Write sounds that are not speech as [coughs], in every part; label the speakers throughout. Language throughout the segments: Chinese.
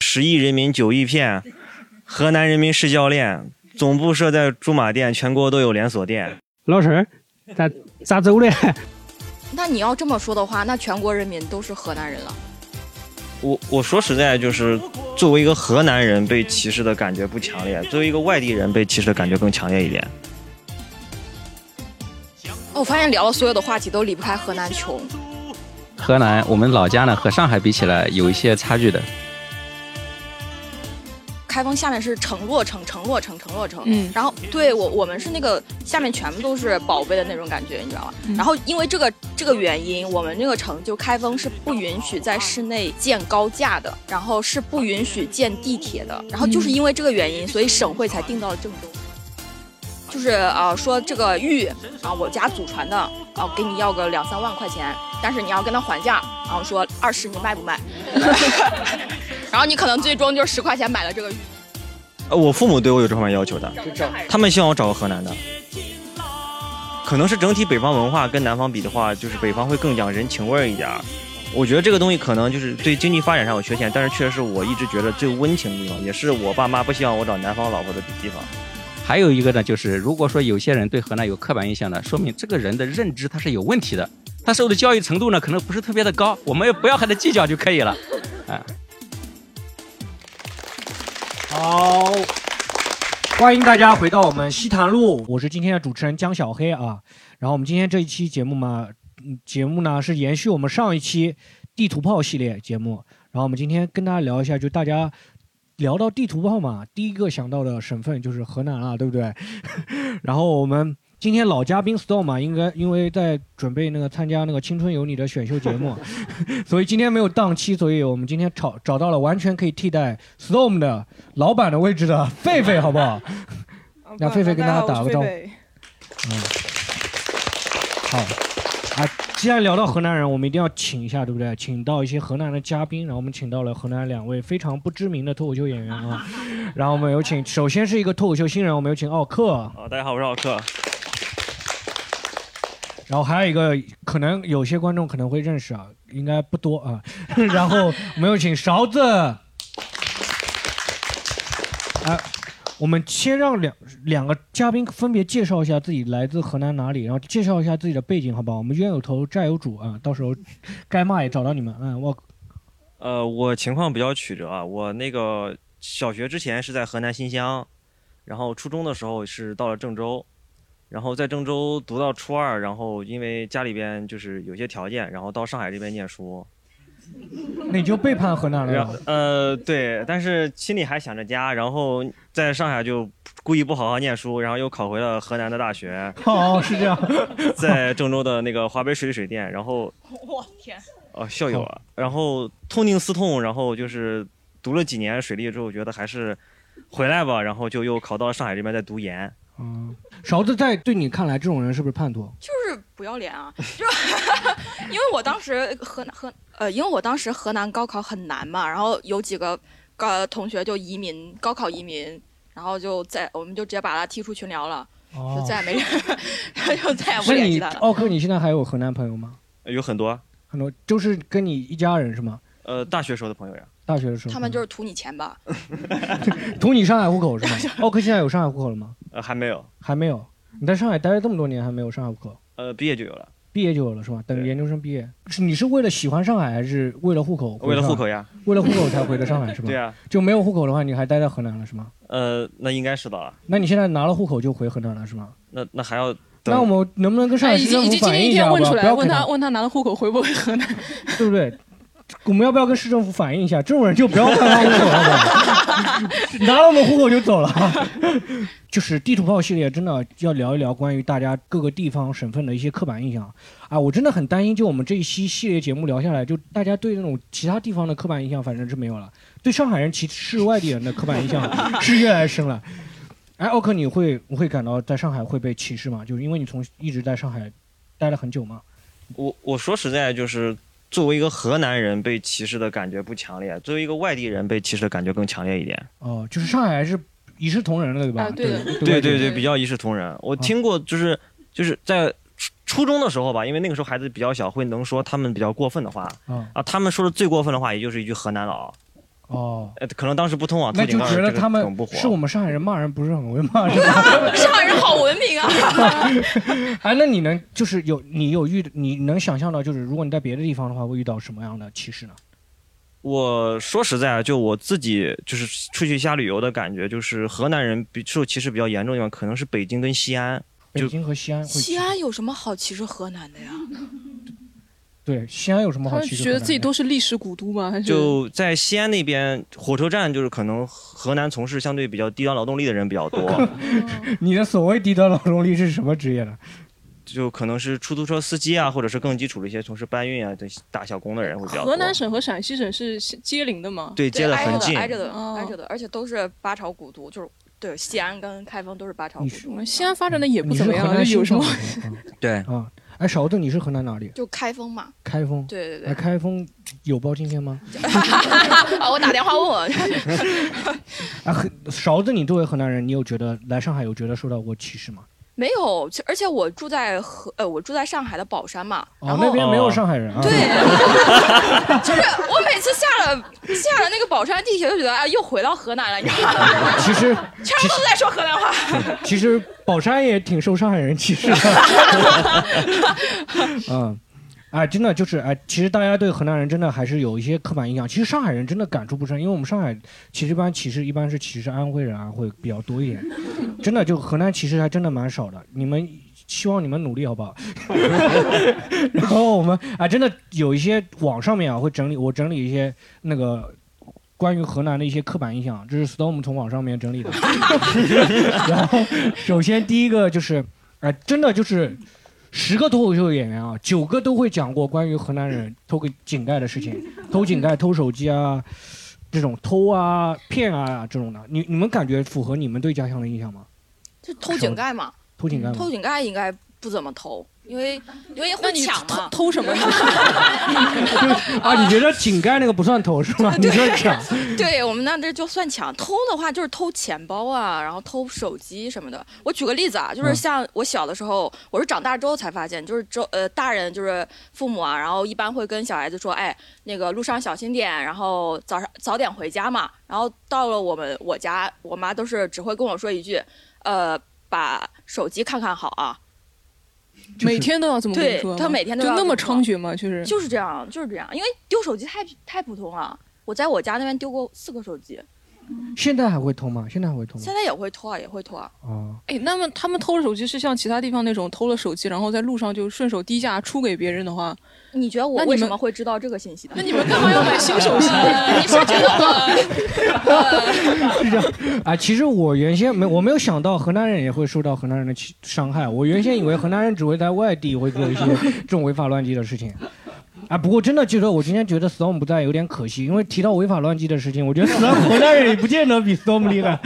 Speaker 1: 十亿人民九亿骗，河南人民是教练，总部设在驻马店，全国都有连锁店。
Speaker 2: 老陈儿，咋咋走嘞？
Speaker 3: 那你要这么说的话，那全国人民都是河南人了。
Speaker 1: 我我说实在就是，作为一个河南人被歧视的感觉不强烈，作为一个外地人被歧视的感觉更强烈一点。
Speaker 3: 哦，我发现聊的所有的话题都离不开河南穷。
Speaker 4: 河南，我们老家呢和上海比起来有一些差距的。
Speaker 3: 开封下面是承洛城，承洛城，承洛城。
Speaker 5: 嗯
Speaker 3: 然后对我我们是那个下面全部都是宝贝的那种感觉，你知道吧？
Speaker 5: 嗯
Speaker 3: 然后因为这个这个原因，我们这个城就开封是不允许在室内建高架的，然后是不允许建地铁的，然后就是
Speaker 5: 嗯
Speaker 3: 因为这个原因，所以省会才定到了郑州。就是啊、呃说这个玉啊、我家祖传的啊、给你要个两三万块钱，但是你要跟他还价，然后说二十你卖不 [laughs] 卖？然后你可能最终就十块钱买了这个玉。
Speaker 1: 呃，我父母对我有这方面要求的，他们希望我找个河南的。可能是整体北方文化跟南方比的话，就是北方会更讲人情味儿一点儿。我觉得这个东西可能就是对经济发展上有缺陷，但是确实是我一直觉得最温情的地方，也是我爸妈不希望我找南方老婆的地方。
Speaker 4: 还有一个呢，就是如果说有些人对河南有刻板印象呢，说明这个人的认知他是有问题的，他受的教育程度呢可能不是特别的高，我们也不要和他计较就可以
Speaker 1: [laughs]
Speaker 4: 了。
Speaker 2: 好，欢迎大家回到我们西坛路，我是今天的主持人江小黑啊。然后我们今天这一期节目嘛，嗯节目呢是延续我们上一期地图炮系列节目。然后我们今天跟大家聊一下，就大家聊到地图炮嘛，第一个想到的省份就是河南啊，对不对？ [laughs] 然后我们今天老嘉宾 storm 嘛，应该因为在准备那个参加那个《青春有你》的选秀节目， [laughs] 所以今天没有档期，所以我们今天找找到了完全可以替代 storm 的老板的位置的狒狒，好不好？让狒狒跟哦大家打个招呼好啊，既然聊到河南人，我们一定要请一下，对不对？请到一些河南的嘉宾，然后我们请到了河南两位非常不知名的脱口秀演员啊，然后我们有请，首先是一个脱口秀新人，我们有请奥克，
Speaker 1: 好，啊大家好，我是奥克。
Speaker 2: 然后还有一个可能有些观众可能会认识啊，应该不多啊，然后我们有请勺子，啊，我们先让两两个嘉宾分别介绍一下自己来自河南哪里，然后介绍一下自己的背景，好不好？我们冤有头债有主啊，到时候该骂也找到你们。嗯，我
Speaker 1: 呃，我情况比较曲折啊，我那个小学之前是在河南新乡，然后初中的时候是到了郑州，然后在郑州读到初二，然后因为家里边就是有些条件，然后到上海这边念书，
Speaker 2: 那你就背叛河南
Speaker 1: 然
Speaker 2: 了
Speaker 1: 后。呃对，但是心里还想着家，然后在上海就故意不好好念书，然后又考回了河南的大学，
Speaker 2: 哦，是这样。
Speaker 1: 在郑州的那个华北水利水电，然后
Speaker 3: 我天！
Speaker 1: 哦，校友啊，然后痛定思痛，然后就是读了几年水利之后，觉得还是回来吧，然后就又考到上海这边在读研。
Speaker 2: 嗯，勺子在对你看来，这种人是不是叛徒？
Speaker 3: 就是不要脸啊！ [laughs] 就是因为我当时河南河呃，因为我当时河南高考很难嘛，然后有几个呃同学就移民，高考移民，然后就在我们就直接把他踢出群聊了，
Speaker 2: 哦
Speaker 3: 就再也没人， [laughs] 就再也不
Speaker 2: 那
Speaker 3: 联
Speaker 2: 你哦
Speaker 3: 系他了。
Speaker 2: 奥克，你现在还有河南朋友吗？
Speaker 1: 有很多啊
Speaker 2: 很多就是跟你一家人是吗？
Speaker 1: 呃大学时候的朋友呀，
Speaker 2: 大学的时候，
Speaker 3: 他们就是图你钱吧？
Speaker 2: 图你上海户
Speaker 5: [laughs]
Speaker 2: 口是吗？奥克现在有上海户口了吗？
Speaker 1: 呃还没有，
Speaker 2: 还没有。你在上海待了这么多年，还没有上海户口，
Speaker 1: 呃毕业就有了，
Speaker 2: 毕业就有了是吧？等
Speaker 1: 对
Speaker 2: 研究生毕业，是你是为了喜欢上海，还是为了户口？
Speaker 1: 为了户，口呀，
Speaker 2: 为了户口才回的上
Speaker 1: [laughs]
Speaker 2: 海是吧？
Speaker 1: 对呀，
Speaker 2: 就没有户口的话，你还待在河南了是吗？
Speaker 1: 呃那应该是的了，
Speaker 2: 那你现在拿了户口就回河南了是吗？
Speaker 1: 那那还要
Speaker 2: 那我们能不啊能跟上
Speaker 5: 哎，
Speaker 2: 海
Speaker 5: 已
Speaker 2: 市
Speaker 5: 经
Speaker 2: 政
Speaker 5: 已
Speaker 2: 府
Speaker 5: 经今
Speaker 2: 反
Speaker 5: 天
Speaker 2: 映
Speaker 5: 已
Speaker 2: 一
Speaker 5: 经
Speaker 2: 下，好
Speaker 5: 问
Speaker 2: 不好
Speaker 5: 出
Speaker 2: 不
Speaker 5: 来了，
Speaker 2: 要
Speaker 5: 问
Speaker 2: 跟
Speaker 5: 他问他拿了户口回不回河南？
Speaker 2: 对不对？我们要不要跟市政府反映一下？这种人就不要拿他户口了，好不好 [laughs] 拿了我们户口就走了。 [laughs] 就是地图炮系列，真的要聊一聊关于大家各个地方省份的一些刻板印象啊！我真的很担心，就我们这一期系列节目聊下来，就大家对那种其他地方的刻板印象反正是没有了，对上海人歧视外地人的刻板印象是越来越深了。哎，奥克，你会你会感到在上海会被歧视吗？就是因为你从一直在上海待了很久嘛。
Speaker 1: 我我说实在就是。作为一个河南人被歧视的感觉不强烈，作为一个外地人被歧视的感觉更强烈一点。
Speaker 2: 哦，就是上海还是一视同仁的，对吧？
Speaker 5: 啊对的
Speaker 1: 对对
Speaker 2: 对
Speaker 1: 对，比较一视同仁。我听过，就是就是在初初中的时候吧，因为那个时候孩子比较小，会能说他们比较过分的话
Speaker 2: 啊
Speaker 1: 啊。他们说的最过分的话，也就是一句河南佬。
Speaker 2: 哦，
Speaker 1: 呃，可能当时不通网，
Speaker 2: 那
Speaker 1: 特警
Speaker 2: 就觉
Speaker 1: 告
Speaker 2: 得
Speaker 1: 这个
Speaker 2: 他
Speaker 1: 梗
Speaker 2: 们
Speaker 1: 不火
Speaker 2: 是我们上海人骂人不是很会
Speaker 3: [laughs]
Speaker 2: 骂是吧？
Speaker 3: 上海人好文明啊！
Speaker 2: [laughs] 哎，那你能就是有你有遇你能想象到就是如果你在别的地方的话会遇到什么样的歧视呢？
Speaker 1: 我说实在啊，就我自己就是出去瞎旅游的感觉，就是河南人比受歧视比较严重的地方，可能是北京跟西安。
Speaker 2: 北京和西安会
Speaker 3: 西安有什么好歧视河南的
Speaker 2: [laughs]
Speaker 3: 呀？
Speaker 2: 对西安有什么
Speaker 5: 他
Speaker 2: 好
Speaker 5: 们
Speaker 2: 歧视？
Speaker 5: 觉得自己都是历史古都吗？还是
Speaker 1: 就在西安那边，火车站就是可能河南从事相对比较低端劳动力的人比较
Speaker 2: [laughs]
Speaker 1: 多，
Speaker 3: 嗯
Speaker 2: 你的所谓低端劳动力是什么职业呢？
Speaker 1: 就可能是出租车司机啊，或者是更基础的一些从事搬运啊、这些打小工的人会比较多。
Speaker 5: 河南省和陕西省是接邻的吗？
Speaker 1: 对接得
Speaker 3: 挨
Speaker 1: 很
Speaker 3: 着
Speaker 1: 近
Speaker 3: 的，，挨着的，嗯
Speaker 5: 哦
Speaker 3: 挨着的，而且都是八朝古都，就是对西安跟开封都是八朝古都，
Speaker 5: 我们西安发展的也不
Speaker 2: 嗯你是
Speaker 5: 怎么
Speaker 2: 河
Speaker 5: 样啊，
Speaker 2: 南
Speaker 5: 有什么？
Speaker 1: 对，
Speaker 2: 啊？哎，勺子，你是河南哪里？
Speaker 3: 就开封嘛。
Speaker 2: 开封。
Speaker 3: 对
Speaker 2: 哎，
Speaker 3: 对
Speaker 2: 开封有包今天
Speaker 3: [laughs]
Speaker 2: 吗？
Speaker 3: 对，啊，我打电话问问，
Speaker 2: [laughs] 啊，很勺子，你作为河南人，你有觉得来上海有觉得受到过歧视吗？
Speaker 3: 没有，其而且我住在河，呃，我住在上海的宝山嘛，然
Speaker 2: 哦，
Speaker 3: 后
Speaker 2: 那边没有上海人啊。
Speaker 3: 对，就是我每次下了下了那个宝山地铁，就觉得哎，又回到河南了，你知道吗？ [laughs]
Speaker 2: 其实
Speaker 3: 全部都在说河南话，
Speaker 2: 其实宝山也挺受上海人歧视的。嗯，哎，真的就是哎，其实大家对河南人真的还是有一些刻板印象。其实上海人真的感触不深，因为我们上海其实一般歧视一般是歧视安徽人啊，会比较多一点。真的就河南歧视还真的蛮少的，你们。希望你们努力，好不好？ [laughs] 然后我们啊，真的有一些网上面啊会整理，我整理一些那个关于河南的一些刻板印象，这是 Storm 从网上面整理的。然后，首先第一个就是，哎、真的就是十个脱口秀演员啊，九个都会讲过关于河南人偷个井盖的事情，偷井盖、偷手机啊，这种偷啊、骗啊这种的。你你们感觉符合你们对家乡的印象
Speaker 3: [laughs]
Speaker 2: 吗？
Speaker 3: 就偷井盖嘛，
Speaker 2: 偷井盖吗？
Speaker 3: 偷井盖应该不怎么偷，因为因为
Speaker 5: 嗯那
Speaker 3: 会
Speaker 5: 你
Speaker 3: 抢
Speaker 5: 偷
Speaker 3: 嘛。
Speaker 5: 偷什 [laughs] 么呀？
Speaker 2: 啊，你觉得井盖那个不算偷是吧？你说抢
Speaker 3: [laughs] 对我们那这就算抢，偷的话就是偷钱包啊，然后偷手机什么的。我举个例子啊，就是
Speaker 2: 嗯
Speaker 3: 像我小的时候，我是长大之后才发现，就是周呃大人就是父母啊，然后一般会跟小孩子说，哎，那个路上小心点，然后早上早点回家嘛。然后到了我们我家，我妈都是只会跟我说一句，呃，把手机看看好啊。
Speaker 2: 就是
Speaker 5: 每天都要这么跟你
Speaker 3: 对
Speaker 5: 说吗？
Speaker 3: 他每天都
Speaker 5: 就
Speaker 3: 要
Speaker 5: 那么
Speaker 3: 这么
Speaker 5: 猖獗吗？就是
Speaker 3: 就是 [laughs] 这样，就是这样，因为丢手机太太普通了。我在我家那边丢过四个手机，
Speaker 2: 现在还会偷吗？现在还会偷吗
Speaker 3: 现？在也会偷啊， [laughs] 也会偷啊。
Speaker 2: 啊， [laughs]
Speaker 5: 哎，那么他们偷了手机是像其他地方那种偷了手机，然后在路上就顺手低价出给别人的话，
Speaker 3: [laughs] 你觉得
Speaker 5: 那
Speaker 3: 我
Speaker 5: 你
Speaker 3: 为什
Speaker 5: 们
Speaker 3: 么会知道这个信息的？
Speaker 5: 那你们干嘛要买新
Speaker 2: [laughs]
Speaker 5: 手机？
Speaker 3: 呃，你是觉得我
Speaker 2: 啊，其实我原先没我没有想到河南人也会受到河南人的欺伤害，我原先以为河南人只会在外地会做一些这种违法乱纪的事情。啊，不过真的觉得我今天觉得 Storm 不在有点可惜，因为提到违法乱纪的事情，我觉得 Storm 河南人也不见得比 Storm 厉害。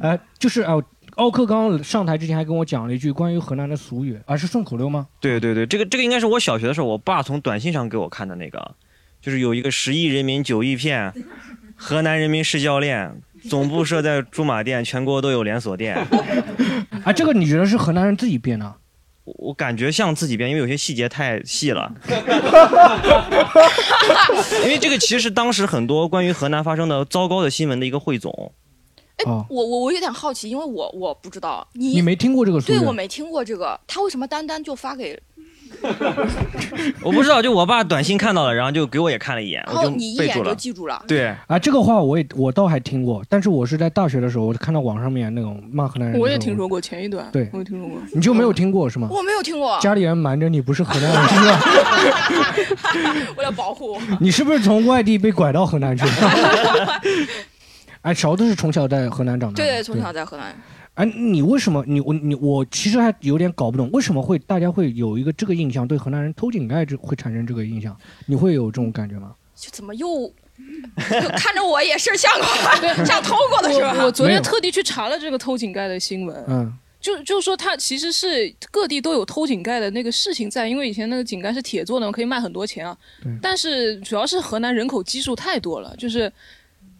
Speaker 2: 啊，就是啊，奥克刚刚上台之前还跟我讲了一句关于河南的俗语，啊，是顺口溜吗？
Speaker 1: 对对对，这个这个应该是我小学的时候，我爸从短信上给我看的那个，就是有一个十亿人民九亿骗，河南人民是教练，总部设在驻马店，全国都有连锁店。
Speaker 2: 啊，这个你觉得是河南人自己编的？
Speaker 1: 我我感觉像自己编，因为有些细节太细了。因为这个其实当时很多关于河南发生的糟糕的新闻的一个汇总。
Speaker 2: 哦，
Speaker 3: 哎我我我有点好奇，因为我我不知道你
Speaker 2: 你没听过这个啊俗语？
Speaker 3: 对我没听过这个，他为什么单单就发给？
Speaker 1: 我不知道，就我爸短信看到了，然后就给我也看了一眼，
Speaker 3: 然
Speaker 1: 我
Speaker 3: 后
Speaker 1: 就
Speaker 3: 你一
Speaker 1: 备注
Speaker 3: 眼就
Speaker 1: 了。
Speaker 3: 记住了，
Speaker 1: 对，
Speaker 2: 啊，这个话我也我倒还听过，但是我是在大学的时候，我看到网上面那种骂河南人，
Speaker 5: 我也听，说过前一段，
Speaker 2: 对
Speaker 5: 我也听说过。
Speaker 2: 你就没有听过是吗？
Speaker 3: 我没有听过， [laughs]
Speaker 2: 家里人瞒着你不是河南人是吧？ [laughs]
Speaker 3: 为了保护我，
Speaker 2: 你是不是从外地被拐到河南去
Speaker 3: [laughs]
Speaker 2: 了？哎，勺子是从小在河南长大的，
Speaker 3: 对对，从小在河南，
Speaker 2: 哎，你为什么你我你我其实还有点搞不懂，为什么会大家会有一个这个印象，对河南人偷井盖这会产生这个印象？你会有这种感觉吗？
Speaker 3: 就怎么又
Speaker 2: [laughs]
Speaker 3: 就看着我也是像
Speaker 5: [laughs]
Speaker 3: 过像偷过的是吧？
Speaker 5: 我我昨
Speaker 2: 没
Speaker 5: 天
Speaker 2: 有
Speaker 5: 特地去查了这个偷井盖的新闻，
Speaker 2: 嗯，
Speaker 5: 就就说它其实是各地都有偷井盖的那个事情在，因为以前那个井盖是铁做的嘛，可以卖很多钱啊
Speaker 2: 对。
Speaker 5: 但是主要是河南人口基数太多了，就是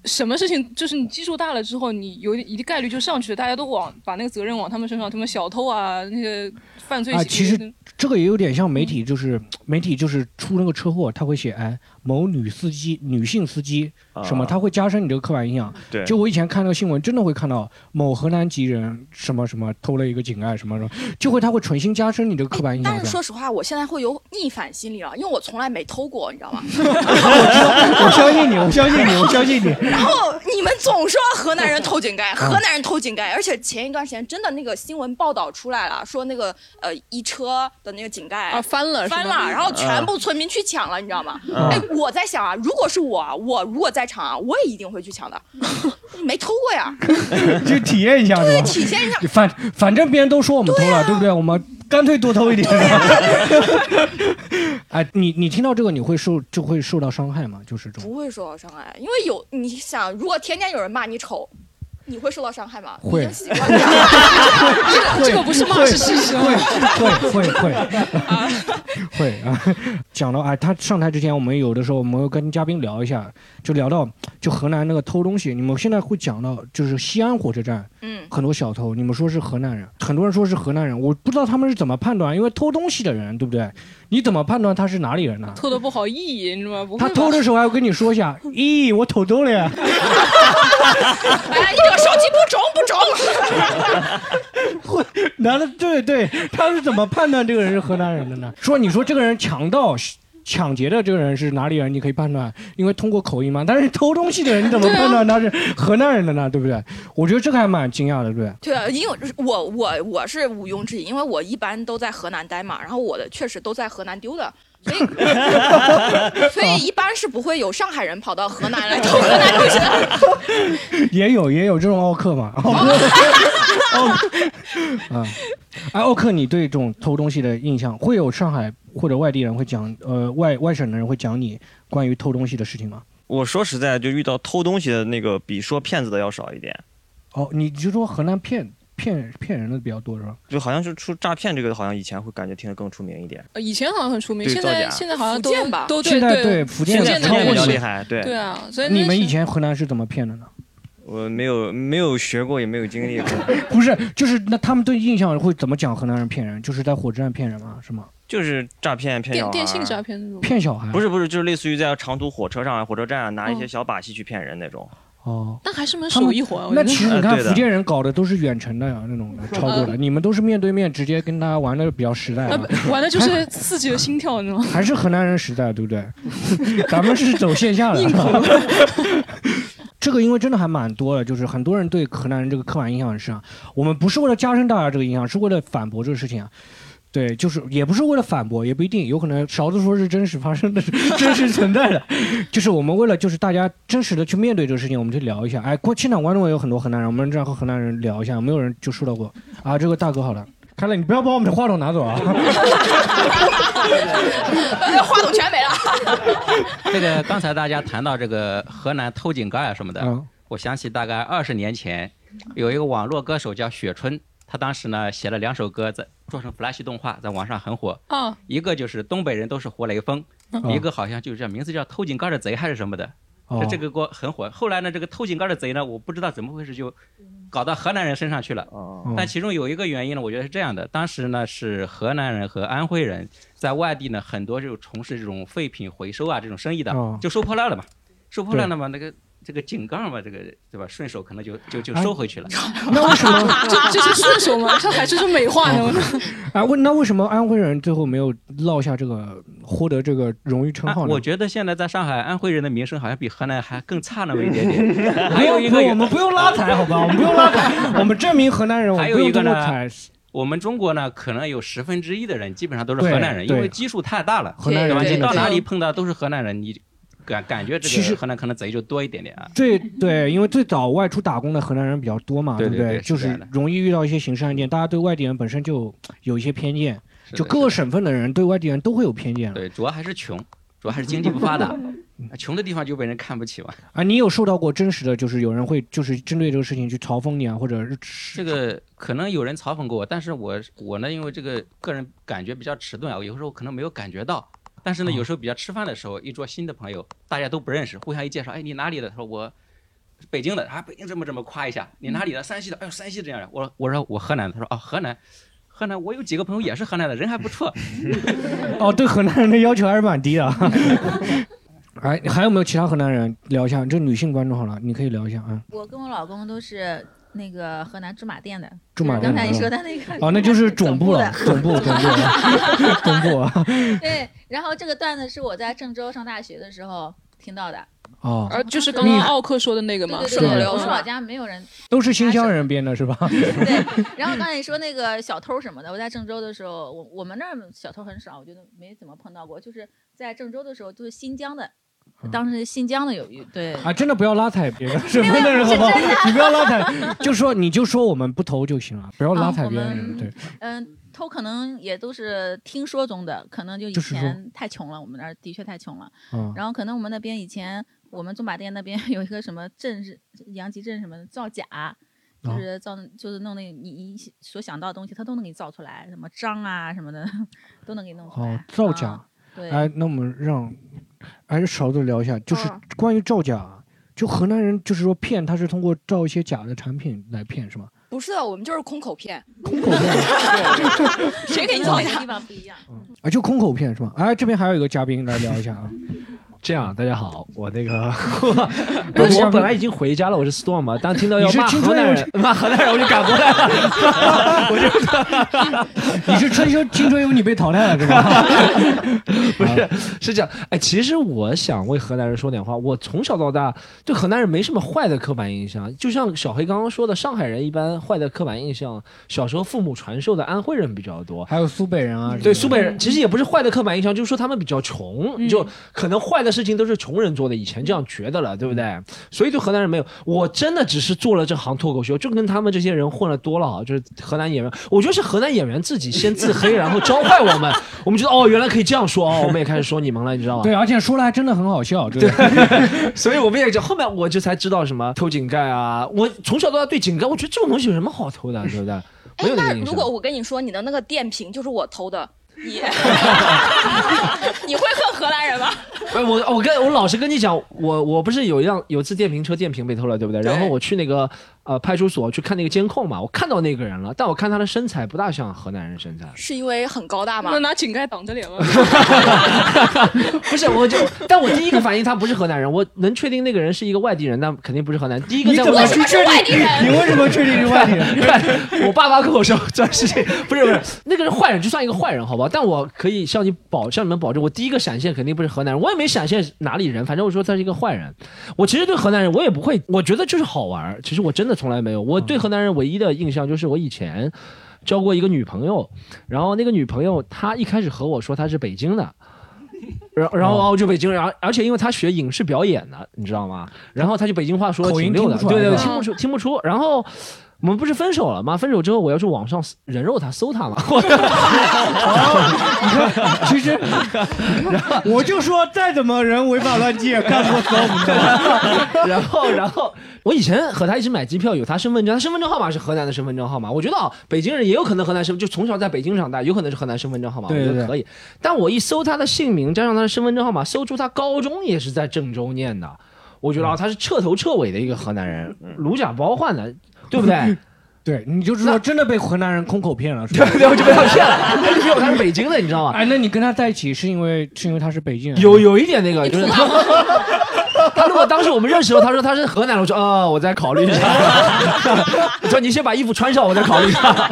Speaker 5: 什么事情就是你基数大了之后，你有一定概率就上去了，大家都往把那个责任往他们身上，他们小偷啊，那些犯罪
Speaker 2: 啊，
Speaker 5: 行为
Speaker 2: 其实这个也有点像
Speaker 3: 嗯
Speaker 2: 媒体，就是媒体就是出那个车祸，他会写哎某女司机、女性司机
Speaker 1: 啊
Speaker 2: 什么，他会加深你这个刻板印象。
Speaker 1: 对
Speaker 2: 就我以前看那个新闻，真的会看到某河南籍人什么什么偷了一个井盖什么什么，就会他会存心加深你这个刻板印象。
Speaker 3: 哎但
Speaker 2: 这
Speaker 3: 是说
Speaker 2: 样
Speaker 3: 实话，我现在会有逆反心理了，因为我从来没偷过，你知道吗？ [laughs]
Speaker 2: [laughs] 我相信你，我相信你，我相信你。
Speaker 3: [laughs] 然后你们总说河南人偷井
Speaker 2: 嗯
Speaker 3: 盖，河南人偷井盖，而且前一段时间真的那个新闻报道出来了，说那个呃一车的那个井盖
Speaker 5: 啊翻了是吗
Speaker 3: 翻了，然后全部村民去抢了，你知道吗？
Speaker 5: 嗯
Speaker 3: 哎，我在想啊，如果是我啊，我如果在场啊，我也一定会去抢的， [laughs] 没偷过呀。 [laughs]
Speaker 2: 就体验一下，
Speaker 3: 对
Speaker 2: 是吧？
Speaker 3: 体现一下啊
Speaker 2: 反反正别人都说我们偷了，对不对？我们干脆多
Speaker 3: [laughs]
Speaker 2: 偷一点。 [laughs] 哎，你你听到这个，你会受就会受到伤害吗？就是这种
Speaker 3: 不会受到伤害，因为有你想，如果天天有人骂你丑，你会受到伤害吗？
Speaker 2: 会
Speaker 3: 已经习惯
Speaker 5: [laughs]
Speaker 3: 了
Speaker 5: 这个这个不是骂是事实
Speaker 2: 会会会会 [laughs] 会啊！讲到哎，他上台之前，我们有的时候我们会跟嘉宾聊一下，就聊到就河南那个偷东西，你们现在会讲到就是西安火车站，
Speaker 3: 嗯
Speaker 2: 很多小偷，你们说是河南人，很多人说是河南人，我不知道他们是怎么判断，因为偷东西的人，对不对？你怎么判断他是哪里人呢？
Speaker 5: 偷的不好意义，你知道吗？不会
Speaker 2: 他
Speaker 5: 吧
Speaker 2: 偷的时候
Speaker 5: [laughs]
Speaker 2: 还要跟你说一下，咦，我偷啊偷了呀。
Speaker 3: 哎，你这个手机不中不中。
Speaker 2: 会， [laughs] 难道对对，他是怎么判断这个人是河南人的呢？说你说这个人强盗、抢劫的这个人是哪里人？你可以判断，因为通过口音嘛。但是偷东西的人，你怎么判断他是河南人的呢？对不对？我觉得这个还蛮惊讶的，对不对？
Speaker 3: 对啊，因为我我我是毋庸置疑，因为我一般都在河南待嘛，然后我的确实都在河南丢的，所以所以一般是不会有上海人跑到河南来偷河南东西的。
Speaker 2: 也有也有这种奥克嘛。 [laughs] 啊，哎，奥克，你对这种偷东西的印象，会有上海或者外地人会讲，呃，外外省的人会讲你关于偷东西的事情吗？
Speaker 1: 我说实在，就遇到偷东西的那个比说骗子的要少一点，
Speaker 2: 哦，你就说河南骗骗骗人的比较多是吧？
Speaker 1: 就好像是出诈骗这个，好像以前会感觉听得更出名一点。
Speaker 5: 呃以前好像很出名，
Speaker 1: 对
Speaker 5: 现
Speaker 1: 造
Speaker 5: 在
Speaker 1: 假
Speaker 5: 现在好像
Speaker 3: 福
Speaker 5: 都
Speaker 3: 建吧
Speaker 5: 都对
Speaker 2: 现在
Speaker 5: 对
Speaker 2: 福建
Speaker 5: 福建
Speaker 1: 福
Speaker 5: 的
Speaker 1: 建比较
Speaker 5: 问
Speaker 1: 厉
Speaker 5: 题
Speaker 1: 害，对
Speaker 5: 对啊，所以那
Speaker 2: 你们
Speaker 5: 是
Speaker 2: 以前河南是怎么骗的呢？
Speaker 1: 我没有没有学过，也没有经历过， [laughs]
Speaker 2: 不是，就是那他们对印象会怎么讲河南人骗人？就是在火车站骗人吗？是吗？
Speaker 1: 就是诈骗骗小
Speaker 5: 电
Speaker 1: 孩。
Speaker 5: 电信诈骗那种
Speaker 2: 骗小孩？
Speaker 1: 不是不是，就是类似于在长途火车上啊、火车站啊拿一些小把戏去骗人那种。
Speaker 2: 哦，
Speaker 5: 但还是蛮
Speaker 2: 他们
Speaker 5: 手艺活啊。我嗯
Speaker 2: 那
Speaker 5: 觉得
Speaker 2: 其实你
Speaker 1: 呃
Speaker 2: 看
Speaker 1: 对的
Speaker 2: 福建人搞的都是远程的呀，那种超过的，你们都是面对面直接跟大家玩的比较实在
Speaker 5: 那
Speaker 2: 啊。
Speaker 5: 不呃玩的就是刺激了心跳，你知道吗？
Speaker 2: 还是河南人实在，对不 [laughs] 对？咱们是走线下的。 [laughs] 这个因为真的还蛮多的，就是很多人对河南人这个刻板印象很深啊。我们不是为了加深大家这个印象，是为了反驳这个事情啊。对，就是也不是为了反驳，也不一定，有可能勺子说是真实发生的， [laughs] 真实存在的，就是我们为了就是大家真实的去面对这个事情，我们去聊一下。哎，过现场观众也有很多河南人，我们这样和河南人聊一下，有没有人就说到过啊，这个大哥好了，看来你不要把我们的话筒拿走啊。
Speaker 3: [laughs] 话筒全没了。
Speaker 4: 这个刚才大家谈到这个河南偷井盖啊什么的，
Speaker 2: 嗯
Speaker 4: 我想起大概二十年前，有一个网络歌手叫雪春，他当时呢写了两首歌，在做成 Flash 动画，在网上很火。
Speaker 5: 啊，
Speaker 4: 一个就是东北人都是活雷锋，
Speaker 5: 嗯
Speaker 4: 一个好像就是叫名字叫偷井盖的贼还是什么的，
Speaker 2: 啊哦
Speaker 4: 这这个歌很火。后来呢，这个偷井盖的贼呢，我不知道怎么回事就搞到河南人身上去了。
Speaker 1: 哦
Speaker 4: 但其中有一个原因呢，我觉得是这样的：当时呢是河南人和安徽人在外地呢，很多就从事这种废品回收啊这种生意的
Speaker 2: 哦，
Speaker 4: 就收破烂了嘛，收破烂了嘛，那个这个井盖嘛，这个对吧？顺手可能就就就收回去了。
Speaker 2: [laughs] 那为什么？
Speaker 5: [laughs] 这这是顺手吗？这还这是美化呢？
Speaker 2: 哎，为那为什么安徽人最后没有落下这个获得这个荣誉称
Speaker 4: 啊
Speaker 2: 号呢？
Speaker 4: 我觉得现在在上海，安徽人的名声好像比河南还更差那么一点
Speaker 2: [laughs]
Speaker 4: 点。还有一
Speaker 2: 不
Speaker 4: 个
Speaker 2: 用
Speaker 4: 原
Speaker 2: 我们不用拉踩，好吧？我们不用
Speaker 4: [laughs]
Speaker 2: 拉踩，我们证明河南人，我
Speaker 4: 还
Speaker 2: 们
Speaker 4: 有
Speaker 2: 不
Speaker 4: 一
Speaker 2: 用
Speaker 4: 个
Speaker 2: 通过
Speaker 4: 呢
Speaker 2: 踩。
Speaker 4: 我们中国呢，可能有十分之一的人基本上都是
Speaker 2: 对
Speaker 4: 河南人，因
Speaker 2: 对
Speaker 4: 为基数太大了，
Speaker 2: 河南人
Speaker 4: 对吧？
Speaker 2: 真
Speaker 4: 你
Speaker 2: 的
Speaker 4: 到
Speaker 2: 是
Speaker 4: 哪里碰到都是河南人，你感感觉
Speaker 2: 其
Speaker 4: 这
Speaker 2: 实
Speaker 4: 个河南可能贼就多一点点啊。
Speaker 2: 对对，因为最早外出打工的河南人比较多嘛，
Speaker 4: 对
Speaker 2: 不
Speaker 4: 对对是
Speaker 2: 就
Speaker 4: 这
Speaker 2: 是
Speaker 4: 样的
Speaker 2: 容易遇到一些刑事案件，大家对外地人本身就有一些偏见，
Speaker 4: 是的
Speaker 2: 就是各
Speaker 4: 的
Speaker 2: 个省份的人对外地人都会有偏见。
Speaker 4: 对，主要还是穷，主要还是经济不发
Speaker 2: [laughs]
Speaker 4: 达，穷的地方就被人看不起嘛。
Speaker 2: 啊，你有受到过真实的，就是有人会就是针对这个事情去嘲讽你啊，或者是
Speaker 4: 这个可能有人嘲讽过我，但是我我呢，因为这个个人感觉比较迟钝啊，我有时候可能没有感觉到。哦但是呢，有时候比较吃饭的时候，一桌新的朋友，大家都不认识，互相一介绍，哎，你哪里的？他说我北京的啊，北京这么这么夸一下，你哪里的？山西的，哎呦，山西这样的。我我说我河南的，他说哦，河南，河南，我有几个朋友也是河南的，人还不错。 [laughs]
Speaker 2: 哦，对河南人的要求还是蛮低的啊。哎，还有没有其他河南人聊一下？这女性观众好了，你可以聊一下啊。
Speaker 6: 我跟我老公都是那个河南驻马店的，
Speaker 2: 驻马
Speaker 6: 就是
Speaker 2: 店
Speaker 6: 刚才你
Speaker 2: 是
Speaker 6: 说
Speaker 2: 吧
Speaker 6: 的那个
Speaker 2: 哦，
Speaker 6: [laughs]
Speaker 2: 那就是总部了
Speaker 6: 的，
Speaker 2: 总部，总部，总部啊。
Speaker 6: 对，然后这个段子是我在郑州上大学的时候听到的， [laughs]
Speaker 2: 哦，
Speaker 6: 呃
Speaker 5: 而啊就是刚刚奥克说的那个嘛，
Speaker 6: 对对
Speaker 5: 顺口
Speaker 6: 对，
Speaker 5: 溜
Speaker 6: 我
Speaker 5: 是
Speaker 6: 们
Speaker 5: 吧
Speaker 6: 老？家没有
Speaker 5: [laughs]
Speaker 6: 人。
Speaker 2: 都是新疆人编的是吧？
Speaker 6: 然后刚才你说那个小偷什么的，我在郑州的时候，我我们那儿小偷很少，我觉得没怎么碰到过。就是在郑州的时候，就是新疆的，
Speaker 2: 嗯
Speaker 6: 当时新疆的有一对，
Speaker 2: [laughs] 啊，真的不要拉踩别人，什么的人好不好？你不要拉踩，就说你就说我们不投就行了，不要拉踩别人。对，
Speaker 6: 嗯，偷可能也都是听说中的，可能就以
Speaker 2: 就是说
Speaker 6: 前太穷了，我们那儿的确太穷了。
Speaker 2: 嗯
Speaker 6: 然后可能我们那边以前，我们驻马店那边 [laughs] 有一个什么镇是阳极镇什么的造假，
Speaker 2: 哦
Speaker 6: 就是造、就是弄那你你所想到的东西，他都能给你造出来，什么章啊什么的 [laughs] 都能给你弄出来。
Speaker 2: 哦，造假。
Speaker 6: 哎啊对，
Speaker 2: 哎，那我们让还是勺子聊一下，就是
Speaker 6: 嗯
Speaker 2: 关于造假，就河南人就是说骗，他是通过造一些假的产品来骗，是吗？
Speaker 3: 不是的，我们就是空口骗。
Speaker 2: 空口骗
Speaker 3: [laughs] 谁给你造
Speaker 6: 每个
Speaker 3: 假
Speaker 6: 地？方不一样。
Speaker 2: 啊，就空口骗是吗？哎，这边还有一个嘉宾来聊一下啊。
Speaker 7: [laughs] 这样，大家好，我那
Speaker 2: [laughs]
Speaker 7: 个
Speaker 2: 不是
Speaker 7: 我本来已经回家了，我是 storm 嘛，但听到要
Speaker 2: 你是
Speaker 7: 骂
Speaker 2: 青
Speaker 7: 河
Speaker 2: 春
Speaker 7: 南
Speaker 2: 有
Speaker 7: 人，骂河南人，我就赶回来了，
Speaker 2: [laughs]
Speaker 7: 我就
Speaker 2: 你是春秋青春有你被淘汰了是吧？
Speaker 7: [laughs] 不是是这样，哎，其实我想为河南人说点话，我从小到大对河南人没什么坏的刻板印象，就像小黑刚刚说的，上海人一般坏的刻板印象，小时候父母传授的安徽人比较多，
Speaker 2: 还有苏北人啊，
Speaker 7: 对，苏北人其实也不是坏的刻板印象，就是说他们比较穷，
Speaker 3: 嗯
Speaker 7: 就可能坏的事情都是穷人做的，以前这样觉得了，对不对？所以对河南人没有，我真的只是做了这行脱口秀，就跟他们这些人混的多了啊，就是河南演员，我觉得是河南演员自己先自黑，然后教坏我们，我们觉得哦，原来可以这样说哦，我们也开始说你们了，你知道吗？
Speaker 2: 对，而啊且说的还真的很好笑，对
Speaker 7: [laughs]
Speaker 2: 吧，
Speaker 7: 所以我们也就后面我就才知道什么偷井盖啊，我从小到大对井盖，我觉得这种东西有什么好偷的，对不对？没
Speaker 3: 哎
Speaker 7: 有，那
Speaker 3: 那
Speaker 7: 个印
Speaker 3: 如
Speaker 7: 象
Speaker 3: 果我跟你说你的那个电瓶就是我偷的，
Speaker 7: [laughs]
Speaker 3: 你你会恨荷兰人吗？，
Speaker 7: [laughs] 不哎是我，哦我跟我老实跟你讲，我我不是有一辆有一次电瓶车电瓶被偷了，对不对？然后我去那个呃派出所去看那个监控嘛，我看到那个人了，但我看他的身材不大像河南人身材
Speaker 3: 是因为很高大吗
Speaker 5: 那？拿井盖挡着脸吗？
Speaker 7: 不是我就，但我第一个反应他不是河南人，我能确定那个人是一个外地人，但肯定不是河南。第一个
Speaker 2: 你
Speaker 7: 在
Speaker 2: 怎
Speaker 7: 我
Speaker 2: 么去确定？你为什么确定是外地
Speaker 7: [laughs]
Speaker 2: 人？
Speaker 7: 对，我爸妈跟我说这事情，不是不是，那个人坏人就算一个坏人，好吧？但我可以向你保向你们保证，我第一个闪现肯定不是河南人，我也没闪现哪里人，反正我说他是一个坏人。我其实对河南人我也不会，我觉得就是好玩儿。其实我真的从来没有，我对河南人唯一的印象就是我以前。交过一个女朋友，然后那个女朋友她一开始和我说她是北京的，然然
Speaker 2: 哦
Speaker 7: 后哦就北京人，然后而且因为她学影视表演的，你知道吗？然后她就北京话说的
Speaker 2: 口音
Speaker 7: 挺溜的，
Speaker 2: 听不出
Speaker 7: 对
Speaker 2: 来
Speaker 7: 对，
Speaker 2: 是吧
Speaker 7: 听不出听不出。然后我们不是分手了吗？分手之后我要去网上人肉她搜她嘛， [laughs]
Speaker 2: 其实， [laughs] 我就说再怎么人违法乱纪也干过骚不 [laughs]
Speaker 7: 然后，然后我以前和他一起买机票，有他身份证，他身份证号码是河南的身份证号码。我觉得啊，北京人也有可能河南身份，就从小在北京长大，有可能是河南身份证号码，
Speaker 2: 对对
Speaker 7: 我觉
Speaker 2: 对
Speaker 7: 得可以。但我一搜他的姓名，加上他的身份证号码，搜出他高中也是在郑州念的，我觉得啊，他是彻头彻尾的一个河南
Speaker 2: [laughs]
Speaker 7: 人，如嗯假包换的，对不对？
Speaker 2: 对，你就是说真的被河南人空口骗
Speaker 7: [laughs]
Speaker 2: 了，是吧？
Speaker 7: 对，我就被他骗了，他就骗我他是北京的，你知道吗？
Speaker 2: 哎，那你跟他在一起是因为是因为他是北京人？
Speaker 7: 有有一点那个，就是 [laughs] 他。他如果当时我们认识的时候，他说他是河南人，我说啊、我再考虑一下。我说你先把衣服穿上，我再考虑一下。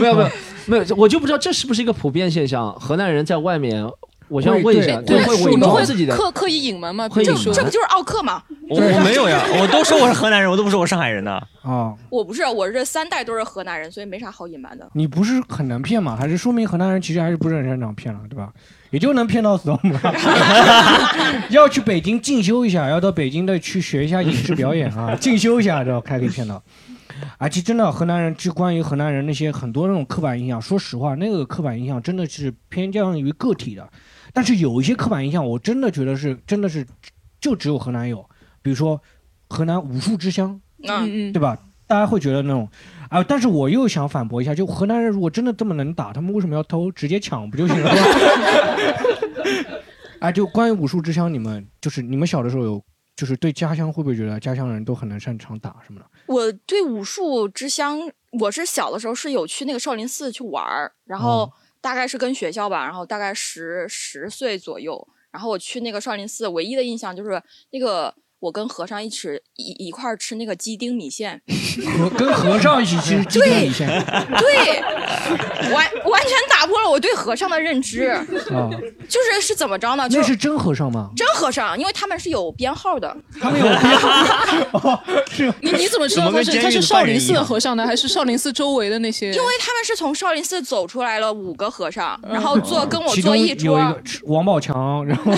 Speaker 7: 没有没有没有，我就不知道这是不是一个普遍现象。河南人在外面，我想问一下，
Speaker 2: 对
Speaker 7: 会
Speaker 2: 对
Speaker 3: 啊
Speaker 7: 不会
Speaker 5: 你
Speaker 7: 伪
Speaker 5: 们
Speaker 7: 装
Speaker 5: 会
Speaker 7: 自己的？
Speaker 5: 刻刻意隐瞒吗？
Speaker 7: 会
Speaker 5: 比如
Speaker 7: 隐
Speaker 5: 说
Speaker 7: 瞒
Speaker 3: 这不就是奥克吗？
Speaker 1: 我我没有呀，我都说我是河南人， [laughs] 我都不说我上海人呢。
Speaker 2: 啊，
Speaker 3: 我不是，我这三代都是河南人，所以没啥好隐瞒的。
Speaker 2: 你不是很难骗吗？还是说明河南人其实还是不是很擅长骗了，对吧？也就能骗到死我们了。 [laughs] 要去北京进修一下，要到北京的去学一下影视表演啊，进修一下，这才可以骗到。而且真的，河南人就关于河南人那些很多那种刻板印象，说实话，那个刻板印象真的是偏向于个体的。但是有一些刻板印象，我真的觉得是真的是就只有河南有，比如说河南武术之乡，
Speaker 3: 嗯，
Speaker 5: 嗯嗯，
Speaker 2: 对吧？大家会觉得那种，啊、但是我又想反驳一下，就河南人如果真的这么能打，他们为什么要偷？直接抢不就行了 [laughs] 吗？哎，就关于武术之乡，你们就是你们小的时候有就是对家乡会不会觉得家乡人都很能擅长打什么的？
Speaker 3: 我对武术之乡，我是小的时候是有去那个少林寺去玩儿，然
Speaker 2: 哦
Speaker 3: 后大概是跟学校吧，然后大概十十岁左右，然后我去那个少林寺，唯一的印象就是那个我跟和尚一起一一块儿吃那个鸡丁米线，
Speaker 2: 和跟和尚一起吃鸡蛋米线
Speaker 3: 对，完完全打破了我对和尚的认知，
Speaker 2: 啊，
Speaker 3: 就是是怎么着啊呢？就
Speaker 2: 那是真和尚吗？
Speaker 3: 真和尚，因为他们是有编号的，
Speaker 2: 他们有
Speaker 5: 你你怎么知道他是他是少林寺的和尚呢，还是少林寺周围的那些？嗯
Speaker 3: 因为他们是从少林寺走出来了五个和尚，然后坐跟我
Speaker 2: 嗯其
Speaker 3: 坐
Speaker 2: 中
Speaker 3: 一桌哦
Speaker 2: 有。一个王宝
Speaker 3: [laughs]
Speaker 2: 强，然后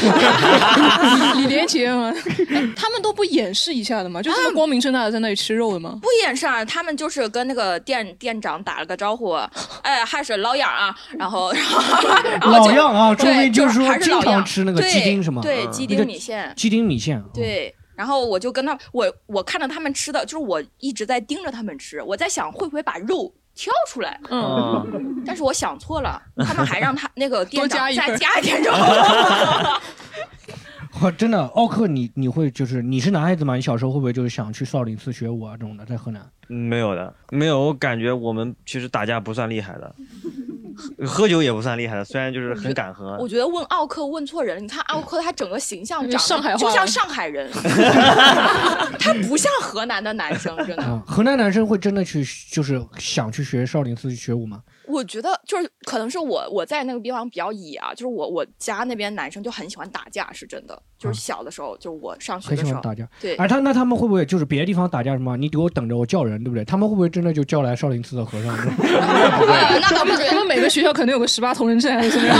Speaker 5: [laughs] 李连杰吗？哎他们都不掩饰一下的吗？就这么光明正大的在那里吃肉的吗？
Speaker 3: 不掩饰啊，他们就是跟那个店店长打了个招呼，哎，还是老样啊，然后 [laughs] 然后然后
Speaker 2: 老
Speaker 3: 就
Speaker 2: 样啊，说
Speaker 3: 对，
Speaker 2: 明就是
Speaker 3: 是
Speaker 2: 说
Speaker 3: 还是
Speaker 2: 经
Speaker 3: 老样
Speaker 2: 常吃那个鸡丁是吗？嗯
Speaker 3: 对，对鸡
Speaker 2: 那
Speaker 3: 丁
Speaker 2: 个
Speaker 3: 米线，
Speaker 2: 鸡丁米线，
Speaker 3: 对。然后我就跟他，我我看着他们吃的，就是我一直在盯着他们吃，我在想会不会把肉挑出来，
Speaker 5: 嗯，
Speaker 3: 但是我想错
Speaker 5: [laughs]
Speaker 3: 了，他们还让他那个店
Speaker 5: 多
Speaker 3: 长
Speaker 5: 加一份
Speaker 3: 再
Speaker 5: 儿
Speaker 3: 加一点肉。
Speaker 2: 哇，真的，奥克你你会就是你是男孩子嘛？你小时候会不会就是想去少林寺学武啊这种的，在河南？
Speaker 1: 没有的，没有。我感觉我们其实打架不算厉害的，喝酒也不算厉害的，虽然就是很敢喝
Speaker 3: 我。觉得问奥克问错人了，你看奥克他整个形象长得
Speaker 5: 上海话
Speaker 3: 就像上
Speaker 1: [laughs]
Speaker 3: 海人，他不像河南的男生，真的。
Speaker 2: 啊，河南男生会真的去就是想去学少林寺去学武吗？
Speaker 3: 我觉得就是可能是我我在那个地方比较野啊，就是我我家那边男生就很喜欢打架，是真的。就是小的时候，就是我上
Speaker 2: 嗯
Speaker 3: 学
Speaker 2: 很
Speaker 3: 的
Speaker 2: 喜
Speaker 3: 时
Speaker 2: 欢
Speaker 3: 候，
Speaker 2: 打架。
Speaker 3: 对
Speaker 2: 哎，他那他们会不会就是别的地方打架什么？你给我等着，我叫人，对不对？他们会不会真的就叫来少林寺的和
Speaker 3: [laughs]
Speaker 2: 尚？ [laughs] 哎
Speaker 3: 呃 [laughs] 那倒
Speaker 5: 他
Speaker 3: 不
Speaker 5: 们
Speaker 3: 至于
Speaker 5: 他，们每个学校可能有个十八铜人阵还是怎么样？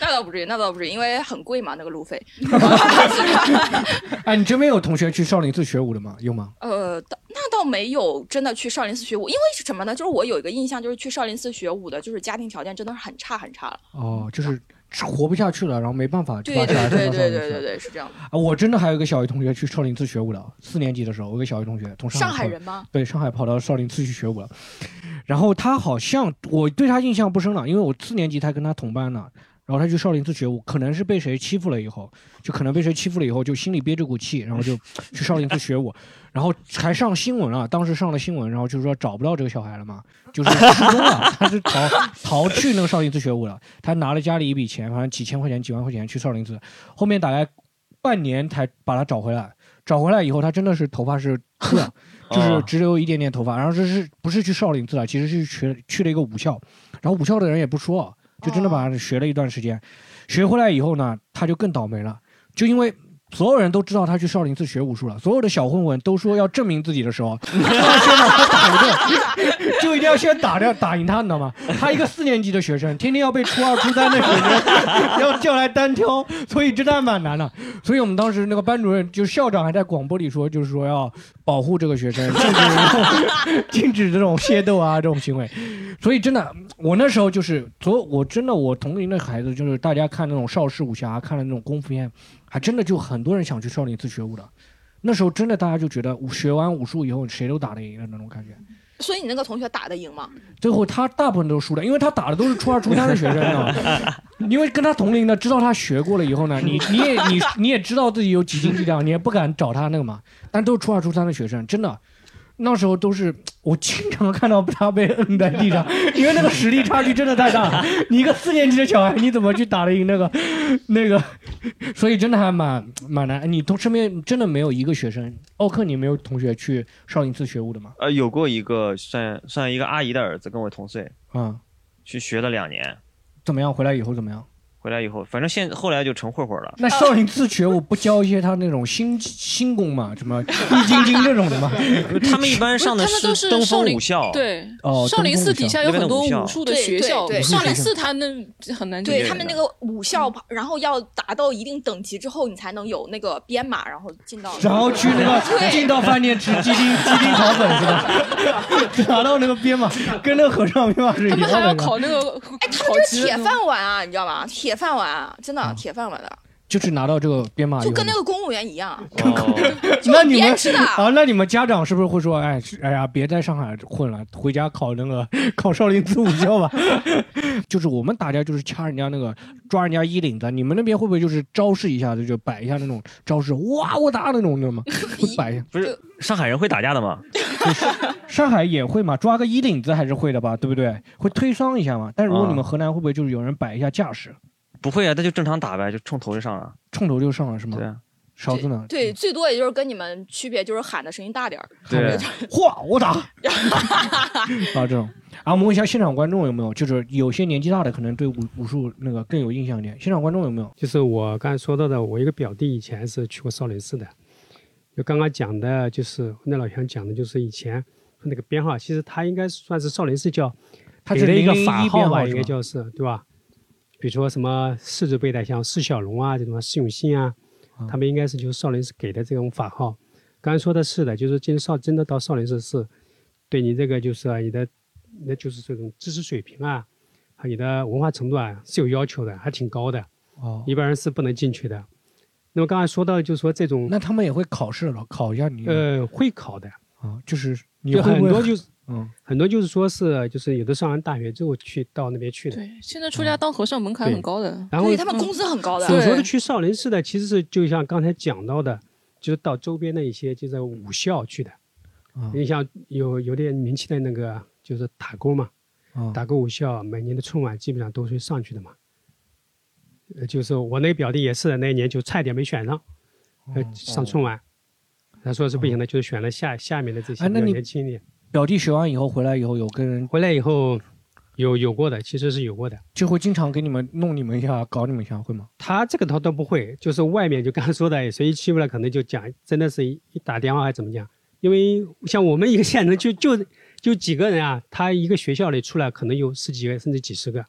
Speaker 3: 那倒不至于，那倒不至于，因为很贵嘛，那个路费。
Speaker 2: 哎，你身边有同学去少林寺学武的吗？有吗？
Speaker 3: 呃，倒那倒没有真的去少林寺学武，因为是什么呢？就是我有一个印象，就是去少林寺学武的，就是家庭条件真的是很差很差了。
Speaker 2: 哦，就是活不下去了，然后没办法就
Speaker 3: 嗯对
Speaker 2: 把
Speaker 3: 对
Speaker 2: 小孩
Speaker 3: 对
Speaker 2: 送到
Speaker 3: 对
Speaker 2: 少
Speaker 3: 对
Speaker 2: 林
Speaker 3: 对对
Speaker 2: 寺。
Speaker 3: 对，是这样的。
Speaker 2: 啊，我真的还有一个小学同学去少林寺学武了，四年级的时候，我有一个小学同学从
Speaker 3: 上
Speaker 2: 海
Speaker 3: 海
Speaker 2: 跑
Speaker 3: 人吗？
Speaker 2: 对上海跑到少林寺去学武了。然后他好像我对他印象不深了，因为我四年级才跟他同班呢。然后他去少林寺学武，可能是被谁欺负了以后，就可能被谁欺负了以后，就心里憋着股气，然后就去少林寺学武，然后还上新闻了。当时上了新闻，然后就是说找不到这个小孩了嘛，就是失踪了，他是逃逃去那个少林寺学武了。他拿了家里一笔钱，反正几千块钱、几万块钱去少林寺，后面大概半年才把他找回来。找回来以后，他真的是头发是秃了，就是只留一点点头发。然后这是不是去少林寺了？其实是去去了一个武校，然后武校的人也不说，就真的把他学了一段时间。学回来以后呢，他就更倒霉了，就因为。所有人都知道他去少林寺学武术了，所有的小混混都说要证明自己的时候， [laughs] 就要先把他打一顿， [laughs] 就一定要先打掉打赢他，你知道吗？他一个四年级的学生，天天要被初二、初三的学生 [laughs] 要叫来单挑，所以真的还蛮难的。所以我们当时那个班主任，就校长还在广播里说，就是说要保护这个学生， [laughs] 禁止禁止这种械斗啊这种行为。所以真的，我那时候就是，所有我真的我同龄的孩子，就是大家看那种邵氏武侠，看了那种功夫片，还真的就很多人想去少林寺学武的。那时候真的大家就觉得武学完武术以后谁都打得赢的那种感觉。
Speaker 3: 所以你那个同学打得赢吗？
Speaker 2: 最后他大部分都输了，因为他打的都是初二、初三的学生呢。因为跟他同龄的知道他学过了以后呢，你你也你你也知道自己有几斤几两，你也不敢找他那个嘛。但都是初二、初三的学生，真的，那时候都是我经常看到他被摁在地上，因为那个实力差距真的太大。你一个四年级的小孩，你怎么去打得赢那个 [laughs] 那个？所以真的还蛮蛮难。你同身边真的没有一个学生，奥克你没有同学去少林寺学武的吗？
Speaker 1: 呃，有过一个算算一个阿姨的儿子，跟我同岁，
Speaker 2: 啊、
Speaker 1: 去学了两年，
Speaker 2: 怎么样？回来以后怎么样？
Speaker 1: 回来以后，反正现后来就成混混了。
Speaker 2: 那少林寺学我不教一些他那种新新功嘛，什么易筋经这种
Speaker 1: [laughs]
Speaker 2: 的嘛？
Speaker 1: 他们一般上的
Speaker 5: 不是他们都是
Speaker 1: 登峰
Speaker 5: 少林
Speaker 1: 武校，，
Speaker 5: 对
Speaker 2: 哦，
Speaker 5: 少林寺底下有很多武术的学校，
Speaker 3: 对对对
Speaker 5: 少林寺他那很难
Speaker 3: 对
Speaker 5: 去。
Speaker 3: 他们那个武校，然后要达到一定等级之后，你才能有那个编码，然后进到。
Speaker 2: 然后去那个进到饭店吃鸡丁鸡丁炒粉是吧？ [laughs] 拿到那个编码，跟那个和尚编码是一
Speaker 5: 他
Speaker 2: 样
Speaker 5: 们还
Speaker 2: 的
Speaker 5: 要
Speaker 2: 是吧。
Speaker 5: 考那个
Speaker 3: 哎，他
Speaker 5: 考
Speaker 3: 们这
Speaker 5: 级的
Speaker 3: 是
Speaker 5: 那
Speaker 3: 铁
Speaker 5: 种
Speaker 3: 饭碗啊，你知道吧？铁饭碗啊，真
Speaker 2: 嗯
Speaker 3: 的铁饭碗的，
Speaker 2: 就是拿到这个编码以后，
Speaker 3: 就跟那个公务员一样。 [laughs]
Speaker 1: 哦、
Speaker 2: 那你们
Speaker 3: 编制的
Speaker 2: 啊，那你们家长是不是会
Speaker 1: [laughs]
Speaker 2: 说，哎，是哎呀，别在上海混了，回家考那个考少林寺武校吧？ [laughs] 就是我们打架就是掐人家那个抓人家衣领子，你们那边会不会就是招式一下子就摆一下那种招式，哇我打那种，你知道
Speaker 3: [laughs]
Speaker 2: 吗？会摆一下。
Speaker 1: 不是上海人会打架的吗？
Speaker 2: 上海也会嘛，抓个衣领子还是会的吧，对不对？会推搡一下嘛。但如果你
Speaker 1: 嗯
Speaker 2: 们河南会不会就是有人摆一下架势，
Speaker 1: 不会啊，那就正常打呗，就冲头就上了。
Speaker 2: 冲头就上了是吗？
Speaker 1: 对啊，
Speaker 2: 勺子呢？
Speaker 3: 对，最多也就是跟你们区别就是喊的声音大点儿。
Speaker 1: 对，
Speaker 2: 嚯，我打啊这种。 [laughs] 啊，我们问一下现场观众有没有，就是有些年纪大的可能对武武术那个更有印象一点。现场观众有没有？
Speaker 8: 就是 [laughs] 我刚才说到的，我一个表弟以前是去过少林寺的，就刚刚讲的，就是那老乡讲的，就是以前那个编号，其实他应该算是少林寺叫，
Speaker 2: 他
Speaker 8: 给
Speaker 2: 是
Speaker 8: 了一个
Speaker 2: 001
Speaker 8: 法
Speaker 2: 编
Speaker 8: 号
Speaker 2: 号
Speaker 8: 吧，
Speaker 2: 是
Speaker 8: 应
Speaker 2: 吧
Speaker 8: 该叫是，对吧？比如说什么四字辈的，像释小龙啊，这种释永信啊，他们应该是就是少林寺给的这种法号。刚才说的是的，就是进少真的到少林寺是，对你这个就是啊你的，那就是这种知识水平啊，和你的文化程度啊是有要求的，还挺高的。
Speaker 2: 哦，
Speaker 8: 一般人是不能进去的。那么刚才说到，就是说这种
Speaker 2: 那他们也会考试了，考一下你
Speaker 8: 呃会考的，
Speaker 2: 啊，就是你
Speaker 8: 就
Speaker 2: 会
Speaker 8: 很
Speaker 2: 不会
Speaker 8: 多就是
Speaker 2: 嗯，
Speaker 8: 很多就是说是就是有的上完大学之后去到那边去的，
Speaker 5: 对，现在出家当和尚门槛很高的，
Speaker 8: 然后
Speaker 3: 对他们工资很高的。
Speaker 8: 所说的
Speaker 5: 对
Speaker 8: 去少林寺的，其实是就像刚才讲到的，就是到周边的一些就是武校去的。
Speaker 2: 啊
Speaker 8: 你像有有点名气的那个就是打工嘛，
Speaker 2: 啊
Speaker 8: 打工武校每年的春晚基本上都是上去的嘛。呃，就是我那个表弟也是的，那一年就差一点没选上，
Speaker 2: 哦
Speaker 8: 呃，上春晚。他说是不行的，就是选了下下面的这些
Speaker 2: 哎
Speaker 8: 比
Speaker 2: 那
Speaker 8: 较
Speaker 2: 你
Speaker 8: 年轻一点。
Speaker 2: 表弟学完以后回来以后有跟人
Speaker 8: 回来以后有有过的，其实是有过的。
Speaker 2: 就会经常给你们弄你们一下，搞你们一下，会吗？
Speaker 8: 他这个他倒不会，就是外面就刚才说的，谁欺负了，可能就讲，真的是一一打电话还怎么讲？因为像我们一个县城 [laughs] 就就就几个人啊，他一个学校里出来可能有十几个甚至几十个，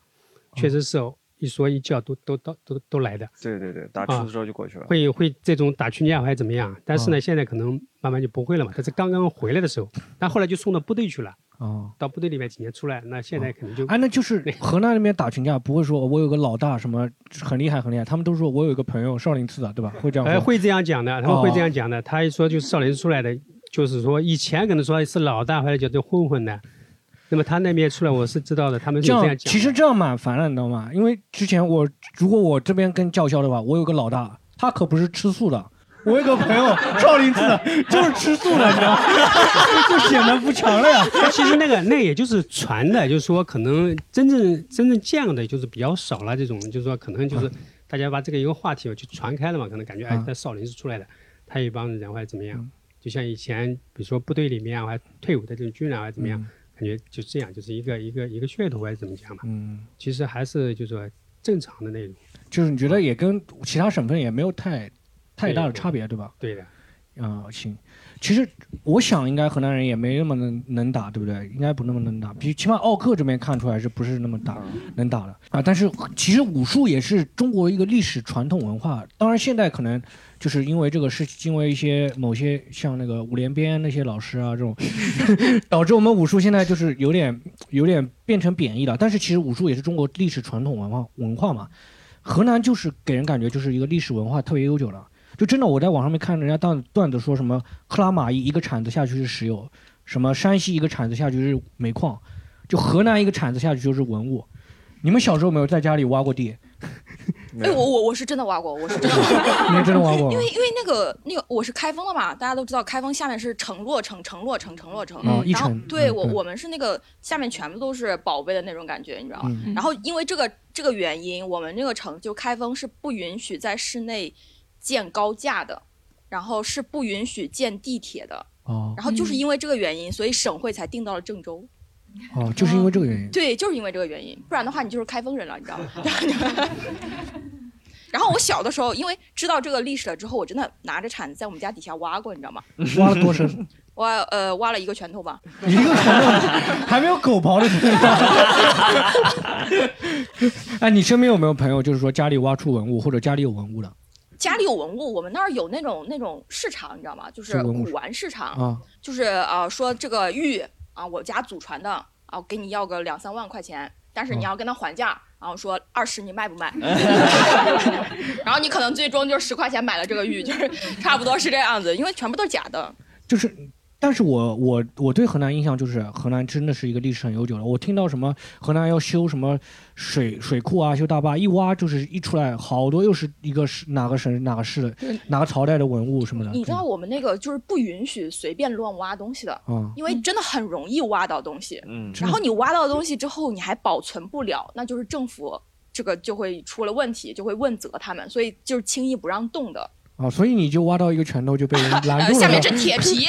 Speaker 8: 确实是哦一说一叫都都都都都来的，
Speaker 1: 对对对，
Speaker 5: 啊
Speaker 1: 打出租车就过去了。
Speaker 8: 会会这种打群架还怎么样？但是
Speaker 2: 嗯
Speaker 8: 呢，现在可能慢慢就不会了嘛。他是刚刚回来的时候，但后来就送到部队去了，
Speaker 2: 啊，
Speaker 8: 到部队里面几年出来，那现在可能就
Speaker 2: 哎，
Speaker 8: [laughs]
Speaker 2: 那就是河南那边打群架，不会说我有个老大什么很厉害很厉害，他们都说我有一个朋友少林寺的，对吧？会这样
Speaker 8: 哎，
Speaker 2: 说。
Speaker 8: 会这样讲的，他们会
Speaker 2: 哦
Speaker 8: 这样讲的。他一说就是少林寺出来的，就是说以前可能说是老大，后来叫做混混的。那么他那边出来，我是知道的，他们是
Speaker 2: 这
Speaker 8: 有这样
Speaker 2: 样
Speaker 8: 讲的。
Speaker 2: 其实这样蛮烦的，你知道吗？因为之前我如果我这边跟叫嚣的话，我有个老大，他可不是吃素的。我有个朋友少林
Speaker 8: [laughs]
Speaker 2: 寺的，就是吃素的，你知道吗？就显得不强了呀。
Speaker 8: 哎其实那个那也就是传的，就是说可能真正真正见过的就是比较少了。这种就是说可能就是大家把这个一个话题就传开了嘛，可能感觉哎
Speaker 2: 嗯，
Speaker 8: 在少林寺出来的，他有一帮人或者怎么样，就像以前比如说部队里面啊，还退伍的这种军人啊，或者怎么样，
Speaker 2: 嗯
Speaker 8: 感觉就这样，就是一个一个一个噱头还是怎么讲嘛。
Speaker 2: 嗯，
Speaker 8: 其实还是就是说正常的内容。
Speaker 2: 就是你觉得也跟其他省份也没有太太大的差别，对吧？
Speaker 8: 对的，
Speaker 2: 啊、行。其实我想，应该河南人也没那么能能打，对不对？应该不那么能打，比起码奥克这边看出来是不是那么打
Speaker 8: 嗯
Speaker 2: 能打的啊？但是其实武术也是中国一个历史传统文化，当然现在可能就是因为这个事，因为一些某些像那个五连鞭那些老师啊这种， [laughs] 导致我们武术现在就是有点有点变成贬义了。但是其实武术也是中国历史传统文化文化嘛，河南就是给人感觉就是一个历史文化特别悠久了。就真的我在网上面看人家段段子说什么克拉玛依一个铲子下去是石油，什么山西一个铲子下去是煤矿，就河南一个铲子下去就是文物。你们小时候有没有在家里挖过地？
Speaker 3: 哎，我我我是真的挖过，我是真的挖
Speaker 2: [laughs]
Speaker 3: 过。
Speaker 2: 你们真的挖过啊
Speaker 3: 因
Speaker 2: 吗
Speaker 3: 为？因为那个那个我是开封的嘛，大家都知道开封下面是城洛城城洛城城洛城，
Speaker 2: 嗯一
Speaker 3: 然后
Speaker 2: 城
Speaker 3: 对
Speaker 2: 嗯
Speaker 3: 我
Speaker 2: 对
Speaker 3: 我们是那个下面全部都是宝贝的那种感觉，你知道吗？
Speaker 2: 嗯
Speaker 3: 然后因为这个这个原因，我们那个城就开封是不允许在室内建高架的，然后是不允许建地铁的，
Speaker 2: 哦
Speaker 3: 然后就是因为这个原因，所以省会才定到了郑州。
Speaker 2: 哦，就是因为这个原因。
Speaker 3: 对，就是因为这个原因，不然的话你就是开封人了，你知道吗？ [laughs] 然后我小的时候，因为知道这个历史了之后，我真的拿着铲子在我们家底下挖过，你知道吗？
Speaker 2: 挖了多深？
Speaker 3: 挖呃挖了一个拳头吧，
Speaker 2: 一个拳头还没有狗刨的深。哎，你身边有没有朋友就是说家里挖出文物或者家里有文物的
Speaker 3: 家里有文物，我们那儿有那种那种市场，你知道吗？就是是
Speaker 2: 文物
Speaker 3: 古玩市场，
Speaker 2: 啊？
Speaker 3: 就是啊、呃说这个玉啊、我家祖传的啊、给你要个两三万块钱，但是你要跟他还价。然后说二十你卖不卖？ [laughs] 然后你可能最终就十块钱买了这个玉，就是差不多是这样子，因为全部都是假的。
Speaker 2: 就是但是我我我对河南印象就是河南真的是一个历史很悠久的。我听到什么河南要修什么水水库啊，修大坝，一挖就是一出来好多又是一个是哪个省哪个市的
Speaker 3: 对
Speaker 2: 哪个朝代的文物什么的。
Speaker 3: 你知道我们那个就是不允许随便乱挖东西的，
Speaker 2: 嗯
Speaker 3: 因为真的很容易挖到东西。
Speaker 1: 嗯
Speaker 3: 然后你挖到东西之后，你还保存不了，那就是政府这个就会出了问题，就会问责他们，所以就是轻易不让动的。
Speaker 2: 啊，所以你就挖到一个拳头就被人拦
Speaker 3: [laughs] 呃，
Speaker 2: 住了。
Speaker 3: 下面是铁皮。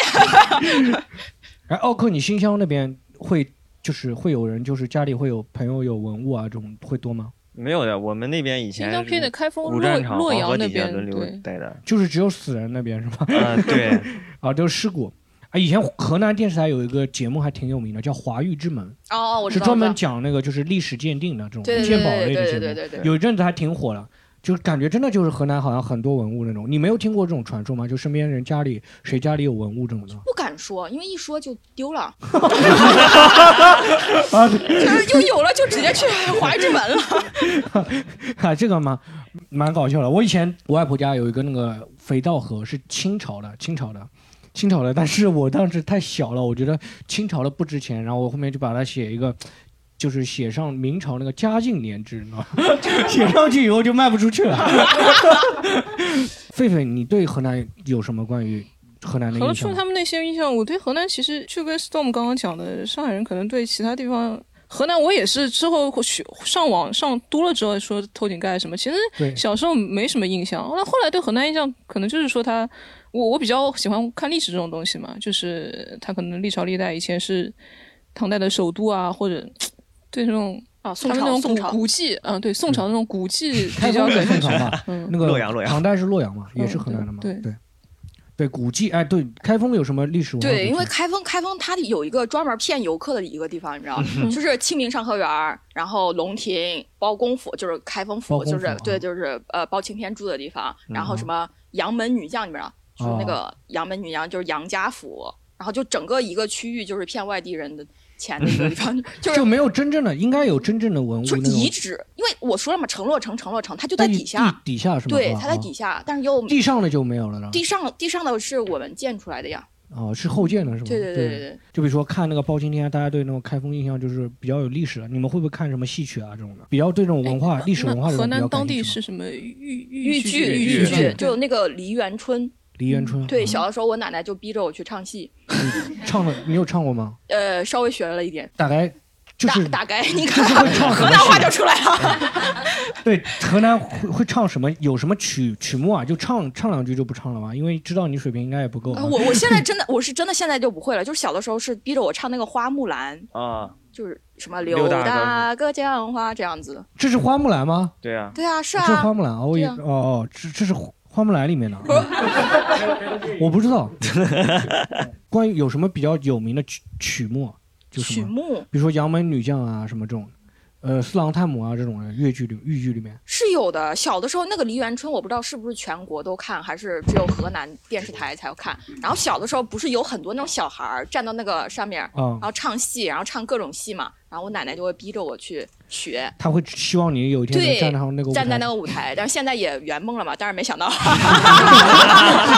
Speaker 2: 哎，奥克，你新乡那边会就是会有人，就是家里会有朋友有文物啊，这种会多吗？
Speaker 1: 没有的，我们那边以前
Speaker 5: 新疆偏的开封
Speaker 1: 古战
Speaker 5: 洛
Speaker 1: 场
Speaker 5: 洛
Speaker 1: 黄
Speaker 5: 阳
Speaker 1: 河
Speaker 5: 那
Speaker 1: 底下
Speaker 5: 边
Speaker 1: 轮流
Speaker 5: 对
Speaker 1: 待的。
Speaker 2: 就是只有死人那边是吧？
Speaker 1: 啊，对，
Speaker 2: [laughs] 啊，都是尸骨。啊，以前河南电视台有一个节目还挺有名的，叫《华域之门》，
Speaker 3: 哦，我知
Speaker 2: 是
Speaker 3: 道。
Speaker 2: 专
Speaker 3: 我
Speaker 2: 门
Speaker 3: 知道
Speaker 2: 讲那个就是历史鉴定的这种
Speaker 3: 对对
Speaker 2: 鉴宝类的
Speaker 3: 对
Speaker 2: 节目，
Speaker 3: 对对对对对
Speaker 2: 有一阵子还挺火的。就是感觉真的就是河南好像很多文物那种，你没有听过这种传说吗？就身边人家里谁家里有文物这种的吗？
Speaker 3: 不敢说，因为一说就丢了，
Speaker 2: [laughs] 啊，
Speaker 3: 就是又有了就直接去华之门了。
Speaker 2: [laughs] 啊，这个蛮蛮搞笑的。我以前我外婆家有一个那个肥皂盒，是清朝的，清朝的，清朝的。但是我当时太小了，我觉得清朝的不值钱，然后我后面就把它写一个，就是写上明朝那个嘉靖年制，你知道吗？ [laughs] 写上去以后就卖不出去了。 [laughs] 狒狒，你对河南有什么关于河南的
Speaker 5: 除了
Speaker 2: 印
Speaker 5: 出
Speaker 2: 象吗？
Speaker 5: 他们那些印象，我对河南其实就跟 Storm 刚刚讲的，上海人可能对其他地方。河南我也是之后学上网上多了之后说偷井盖什么，其实
Speaker 2: 对
Speaker 5: 小时候没什么印象。后来后来对河南印象可能就是说他，我我比较喜欢看历史这种东西嘛，就是他可能历朝历代以前是唐代的首都啊，或者对这种他
Speaker 3: 啊，宋
Speaker 5: 们那
Speaker 3: 朝，
Speaker 5: 种
Speaker 3: 宋
Speaker 5: 古
Speaker 3: 朝。
Speaker 5: 古迹，嗯、对宋朝那种古迹
Speaker 2: 开 [laughs]
Speaker 5: 比较
Speaker 2: 封是
Speaker 5: 感兴
Speaker 2: 宋
Speaker 5: 趣
Speaker 2: 朝。嘛，
Speaker 5: [laughs] 嗯
Speaker 2: 那个
Speaker 1: 洛阳洛阳
Speaker 2: 唐代是洛阳嘛，也
Speaker 5: 嗯
Speaker 2: 是河南的嘛，
Speaker 5: 对
Speaker 2: 对对，古迹哎，对，开封有什么历史文化古迹？
Speaker 3: 对，因为开封，开封它有一个专门骗游客的一个地方，你知道，
Speaker 2: 嗯
Speaker 3: 就是清明上河园儿，然后龙亭、包公府，就是开封
Speaker 2: 包
Speaker 3: 府，
Speaker 2: 公府
Speaker 3: 就是、
Speaker 2: 啊嗯
Speaker 3: 对，就是呃包青天住的地方，然后什么杨门女将，你们知道，就是
Speaker 2: 哦
Speaker 3: 那个杨门女将，就是杨家府，然后就整个一个区域就是骗外地人的钱的一个
Speaker 2: [laughs]
Speaker 3: 地方， [laughs] 就是
Speaker 2: 嗯就。没有真正的，应该有真正的文物
Speaker 3: 就
Speaker 2: 那
Speaker 3: 是遗
Speaker 2: 种，
Speaker 3: 址，因为我说了嘛，城洛城，城洛城，它就在
Speaker 2: 但是
Speaker 3: 底下，
Speaker 2: 地底下是吗？
Speaker 3: 对，
Speaker 2: 啊
Speaker 3: 它在底，下，但是又
Speaker 2: 啊地上的就没有了呢。
Speaker 3: 地上地上的是我们建出来的呀，
Speaker 2: 哦，是后建的是吗？
Speaker 3: 对对对对
Speaker 2: 对。
Speaker 3: 对。
Speaker 2: 就比如说看那个包青天，大家对那种开封印象就是比较有历史的。你们会不会看什么戏曲啊这种的？比较对这种文
Speaker 3: 哎
Speaker 2: 化、历史文化
Speaker 5: 那
Speaker 2: 这
Speaker 5: 河
Speaker 2: 种比
Speaker 5: 南
Speaker 2: 较
Speaker 5: 当
Speaker 2: 感
Speaker 5: 地
Speaker 2: 兴趣吗？
Speaker 5: 是什么呃豫
Speaker 3: 豫剧，
Speaker 5: 剧？
Speaker 3: 豫
Speaker 2: 豫剧
Speaker 3: 剧，就那个梨园春。
Speaker 2: 梨园春
Speaker 3: 对，
Speaker 2: 嗯
Speaker 3: 小的时候我奶奶就逼着我去唱戏，
Speaker 2: 唱的，你有唱过吗？
Speaker 3: 呃，稍微学了一点，
Speaker 2: 大概就是
Speaker 3: 大大概
Speaker 2: [laughs]
Speaker 3: 你看， [laughs]
Speaker 2: 会唱什
Speaker 3: 河
Speaker 2: 么
Speaker 3: 南话
Speaker 2: 戏？
Speaker 3: 就出来
Speaker 2: [laughs]
Speaker 3: 了。
Speaker 2: 对，河南会会唱什么？有什么曲曲目啊？就唱唱两句就不唱了吧，因为知道你水平应该也不够啊。
Speaker 3: 我我现在真的，我是真的现在就不会了，就是小的时候是逼着我唱那个花木兰，
Speaker 1: 啊，
Speaker 3: 就是什么
Speaker 1: 刘
Speaker 3: 刘
Speaker 1: 大
Speaker 3: 大哥讲话这样子的。
Speaker 2: 这是花木兰吗？
Speaker 1: 对啊，
Speaker 3: 对啊，是
Speaker 2: 这是
Speaker 3: 啊
Speaker 2: 花，木兰啊，我以
Speaker 3: 对
Speaker 2: 哦
Speaker 3: 啊
Speaker 2: 哦，这这是花木兰里
Speaker 3: [laughs]
Speaker 2: 面的，啊我不知道。 [laughs] 关于有什么比较有名的曲曲目，啊就什
Speaker 3: 曲
Speaker 2: 么，
Speaker 3: 目
Speaker 2: 比如说《杨门女将》啊，什么这种，呃，《四郎探母》啊这种的越剧里豫剧里面，
Speaker 3: 是有的。小的时候那个梨园春，我不知道是不是全国都看，还是只有河南电视台才有看。然后小的时候不是有很多那种小孩儿站到那个上面，
Speaker 2: 啊
Speaker 3: 然，后唱戏，然后唱各种戏嘛。然后我奶奶就会逼着我去学，
Speaker 2: 他会希望你有一天能
Speaker 3: 对
Speaker 2: 站上那个舞台，
Speaker 3: 站在那个舞台。但是现在也圆梦了嘛，但是
Speaker 2: [laughs]
Speaker 3: 没想到，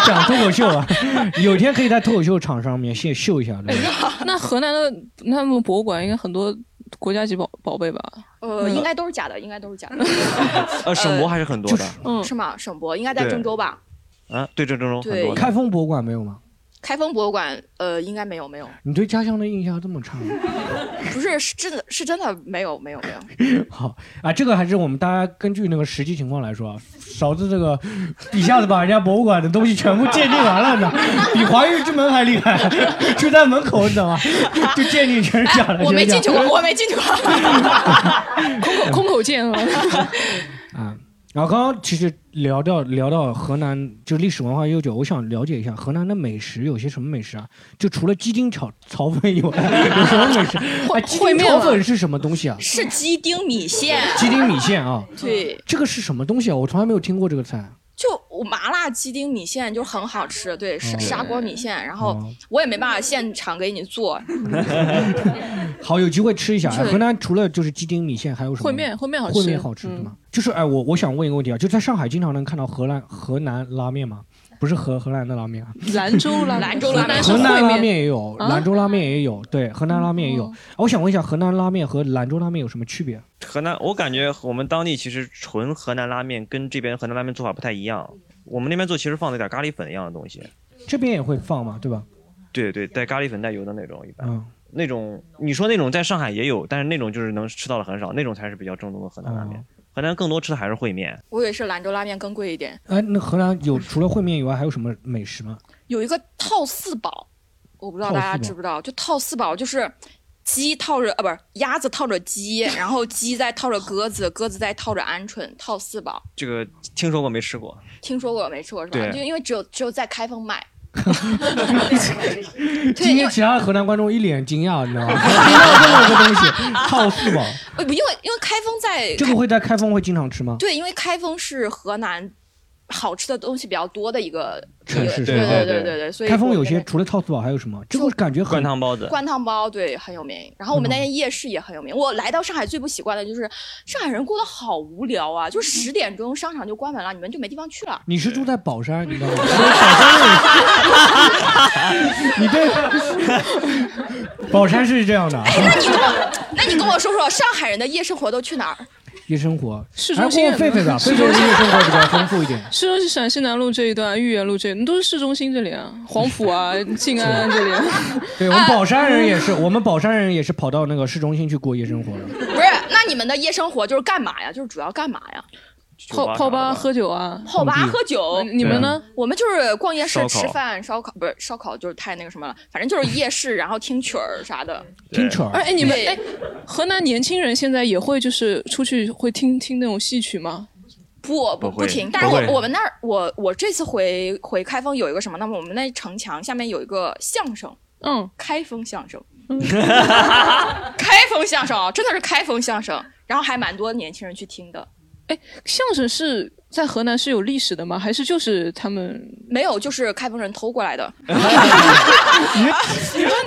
Speaker 2: 讲脱口秀啊，有一天可以在脱口秀场上面先秀一下，对吧？
Speaker 5: 那河南的那们博物馆应该很多国家级宝宝贝吧？
Speaker 3: 呃，
Speaker 5: 嗯
Speaker 3: 应该都是假的，应该都是假的，
Speaker 1: 呃，省博还是很多的
Speaker 5: 嗯，
Speaker 3: [laughs] 是吗？省博应该在郑州吧？
Speaker 1: 啊，对郑州很
Speaker 3: 对
Speaker 1: 多的。
Speaker 2: 开封博物馆没有吗？
Speaker 3: 开封博物馆，呃，应该没有，没有，
Speaker 2: 你对家乡的印象这么差吗？
Speaker 3: 不是，是真的是真的没有，没有，没有。
Speaker 2: [laughs] 好啊，这个还是我们大家根据那个实际情况来说啊，勺子这个一下子把人家博物馆的东西全部鉴定完了呢，比华域之门还厉害， [laughs] 就在门口，你知道吗？就鉴定全是假
Speaker 5: [laughs]
Speaker 2: 的，
Speaker 3: 哎我没
Speaker 2: 全
Speaker 3: 进
Speaker 2: 是
Speaker 3: 去
Speaker 2: 假 [laughs]
Speaker 3: 过，我没进 [laughs] 去过。
Speaker 5: 空
Speaker 3: 嗯
Speaker 5: 口空口见
Speaker 3: [laughs]
Speaker 5: 啊。
Speaker 2: 的啊。然后刚刚其实聊到聊到河南，就历史文化悠久，我想了解一下河南的美食有些什么美食啊？就除了鸡丁炒炒粉以外，有什么美食？哎，鸡
Speaker 3: 烩
Speaker 2: 丁
Speaker 3: 面
Speaker 2: 炒
Speaker 3: 了
Speaker 2: 粉是什么东西啊？
Speaker 3: 是鸡丁米线，
Speaker 2: 鸡丁米线啊，
Speaker 3: 对，
Speaker 2: 这个是什么东西啊？我从来没有听过这个菜。
Speaker 3: 就我麻辣鸡丁米线就很好吃，对，砂砂锅米线，然后
Speaker 2: 哦
Speaker 3: 我也没办法现场给你做，
Speaker 2: [laughs] [coughs] 好，有机会吃一下。哎
Speaker 3: 是
Speaker 2: 河南除了就是鸡丁米线，还有什么？
Speaker 5: 烩面烩面好吃，
Speaker 2: 烩面好吃是
Speaker 5: 嗯
Speaker 2: 吗？就是哎，我我想问一个问题啊，就在上海经常能看到荷兰河南拉面吗？不是荷荷兰的拉面啊，
Speaker 5: 兰州拉
Speaker 3: 兰州拉面
Speaker 2: 河南拉面也有，
Speaker 5: 啊哦
Speaker 2: 兰州拉面也有，对，河南拉面也有。啊我想问一下，河南拉面和兰州拉面有什么区别？
Speaker 1: 河南，我感觉我们当地其实纯河南拉面跟这边河南拉面做法不太一样。我们那边做其实放了点咖喱粉一样的东西，
Speaker 2: 这边也会放嘛，对吧？
Speaker 1: 对对，带咖喱粉带油的那种，一般、
Speaker 2: 嗯
Speaker 1: 那种你说那种在上海也有，但是那种就是能吃到的很少，那种才是比较正宗的河南拉面。河南更多吃的还是烩面，
Speaker 3: 我以为是兰州拉面更贵一点，
Speaker 2: 哎，那河南有除了烩面以外，还有什么美食吗？
Speaker 3: 有一个套四宝，我不知道
Speaker 2: 套
Speaker 3: 大
Speaker 2: 四
Speaker 3: 家
Speaker 2: 宝
Speaker 3: 知不知道，就套四宝就是。鸡套着啊，不是鸭子套着鸡，然后鸡再套着鸽子，鸽子再套着鹌鹑，套四宝。
Speaker 1: 这个听说过没吃过？
Speaker 3: 听说过没吃过是吧？
Speaker 1: 对
Speaker 3: 就因为只有只有在开封卖，
Speaker 2: 今天其他河南观众一脸惊讶，
Speaker 5: [laughs]
Speaker 2: 你知道吗？听到这么个东西，套四宝，
Speaker 3: 呃不因为因为开封在
Speaker 2: 这个会在开封会经常吃吗？
Speaker 3: 对，因为开封是河南好吃的东西比较多的一个
Speaker 2: 是是是，
Speaker 3: 对对对对对，所以
Speaker 2: 开封有
Speaker 3: 我
Speaker 2: 些
Speaker 3: 们
Speaker 2: 除了套四宝还有什么？这个感觉很
Speaker 1: 灌汤包子
Speaker 3: 那边灌汤包对很有名，然后我们那
Speaker 2: 嗯
Speaker 3: 边夜市也很有名。我来到上海最不习惯的就是上海人过得好无聊啊，就十点钟商场就关门了，你们就没地方去了。
Speaker 2: 你是住在宝山，你知道吗？宝山人， [laughs] 你
Speaker 5: [laughs]
Speaker 2: 对， [laughs] 宝山是这样的啊，
Speaker 3: 那你跟我说说上海人的夜生活都去哪儿？
Speaker 2: 夜生活，哎
Speaker 5: 市
Speaker 2: 还
Speaker 5: 中
Speaker 2: 是
Speaker 5: 心
Speaker 2: 问狒狒吧，
Speaker 5: 市
Speaker 2: 狒狒的
Speaker 5: 中心
Speaker 2: 夜生活比较丰富一
Speaker 5: [laughs]
Speaker 2: 点。
Speaker 5: 市中心陕西南路这一段、豫园路这一段都是市中心这里啊，黄埔
Speaker 3: [laughs]
Speaker 5: 啊、静安这里、啊。
Speaker 2: 对我们宝山人也是，我们宝山人也是跑到那个市中心去过夜生活的。
Speaker 3: 不是，那你们的夜生活就是干嘛呀？就是主要干嘛呀？
Speaker 5: 泡泡吧喝酒啊，
Speaker 3: 泡吧喝酒，
Speaker 5: 你们呢？
Speaker 3: 我们就是逛夜市
Speaker 1: 烧、烤
Speaker 3: 吃饭、烧烤，不是烧烤就是太那个什么了，反正就是夜市，然后听曲儿啥的。
Speaker 2: 听曲
Speaker 5: 哎
Speaker 2: 儿，
Speaker 5: [laughs] 哎，你们
Speaker 3: 对
Speaker 5: 哎，河南年轻人现在也会就是出去会听听那种戏曲吗？
Speaker 3: 不不
Speaker 1: 不会
Speaker 3: 停，
Speaker 1: 不
Speaker 3: 但是
Speaker 1: 会
Speaker 3: 我我们那儿，我我这次回回开封有一个什么呢？我们那城墙下面有一个相声，
Speaker 5: 嗯，
Speaker 3: 开封相声， [laughs] 开封相声啊，真的是开封相声，然后还蛮多年轻人去听的。
Speaker 5: 相声是在河南是有历史的吗？还是就是他们？
Speaker 3: 没有，就是开封人偷过
Speaker 1: [laughs]
Speaker 3: 来的。
Speaker 5: 你们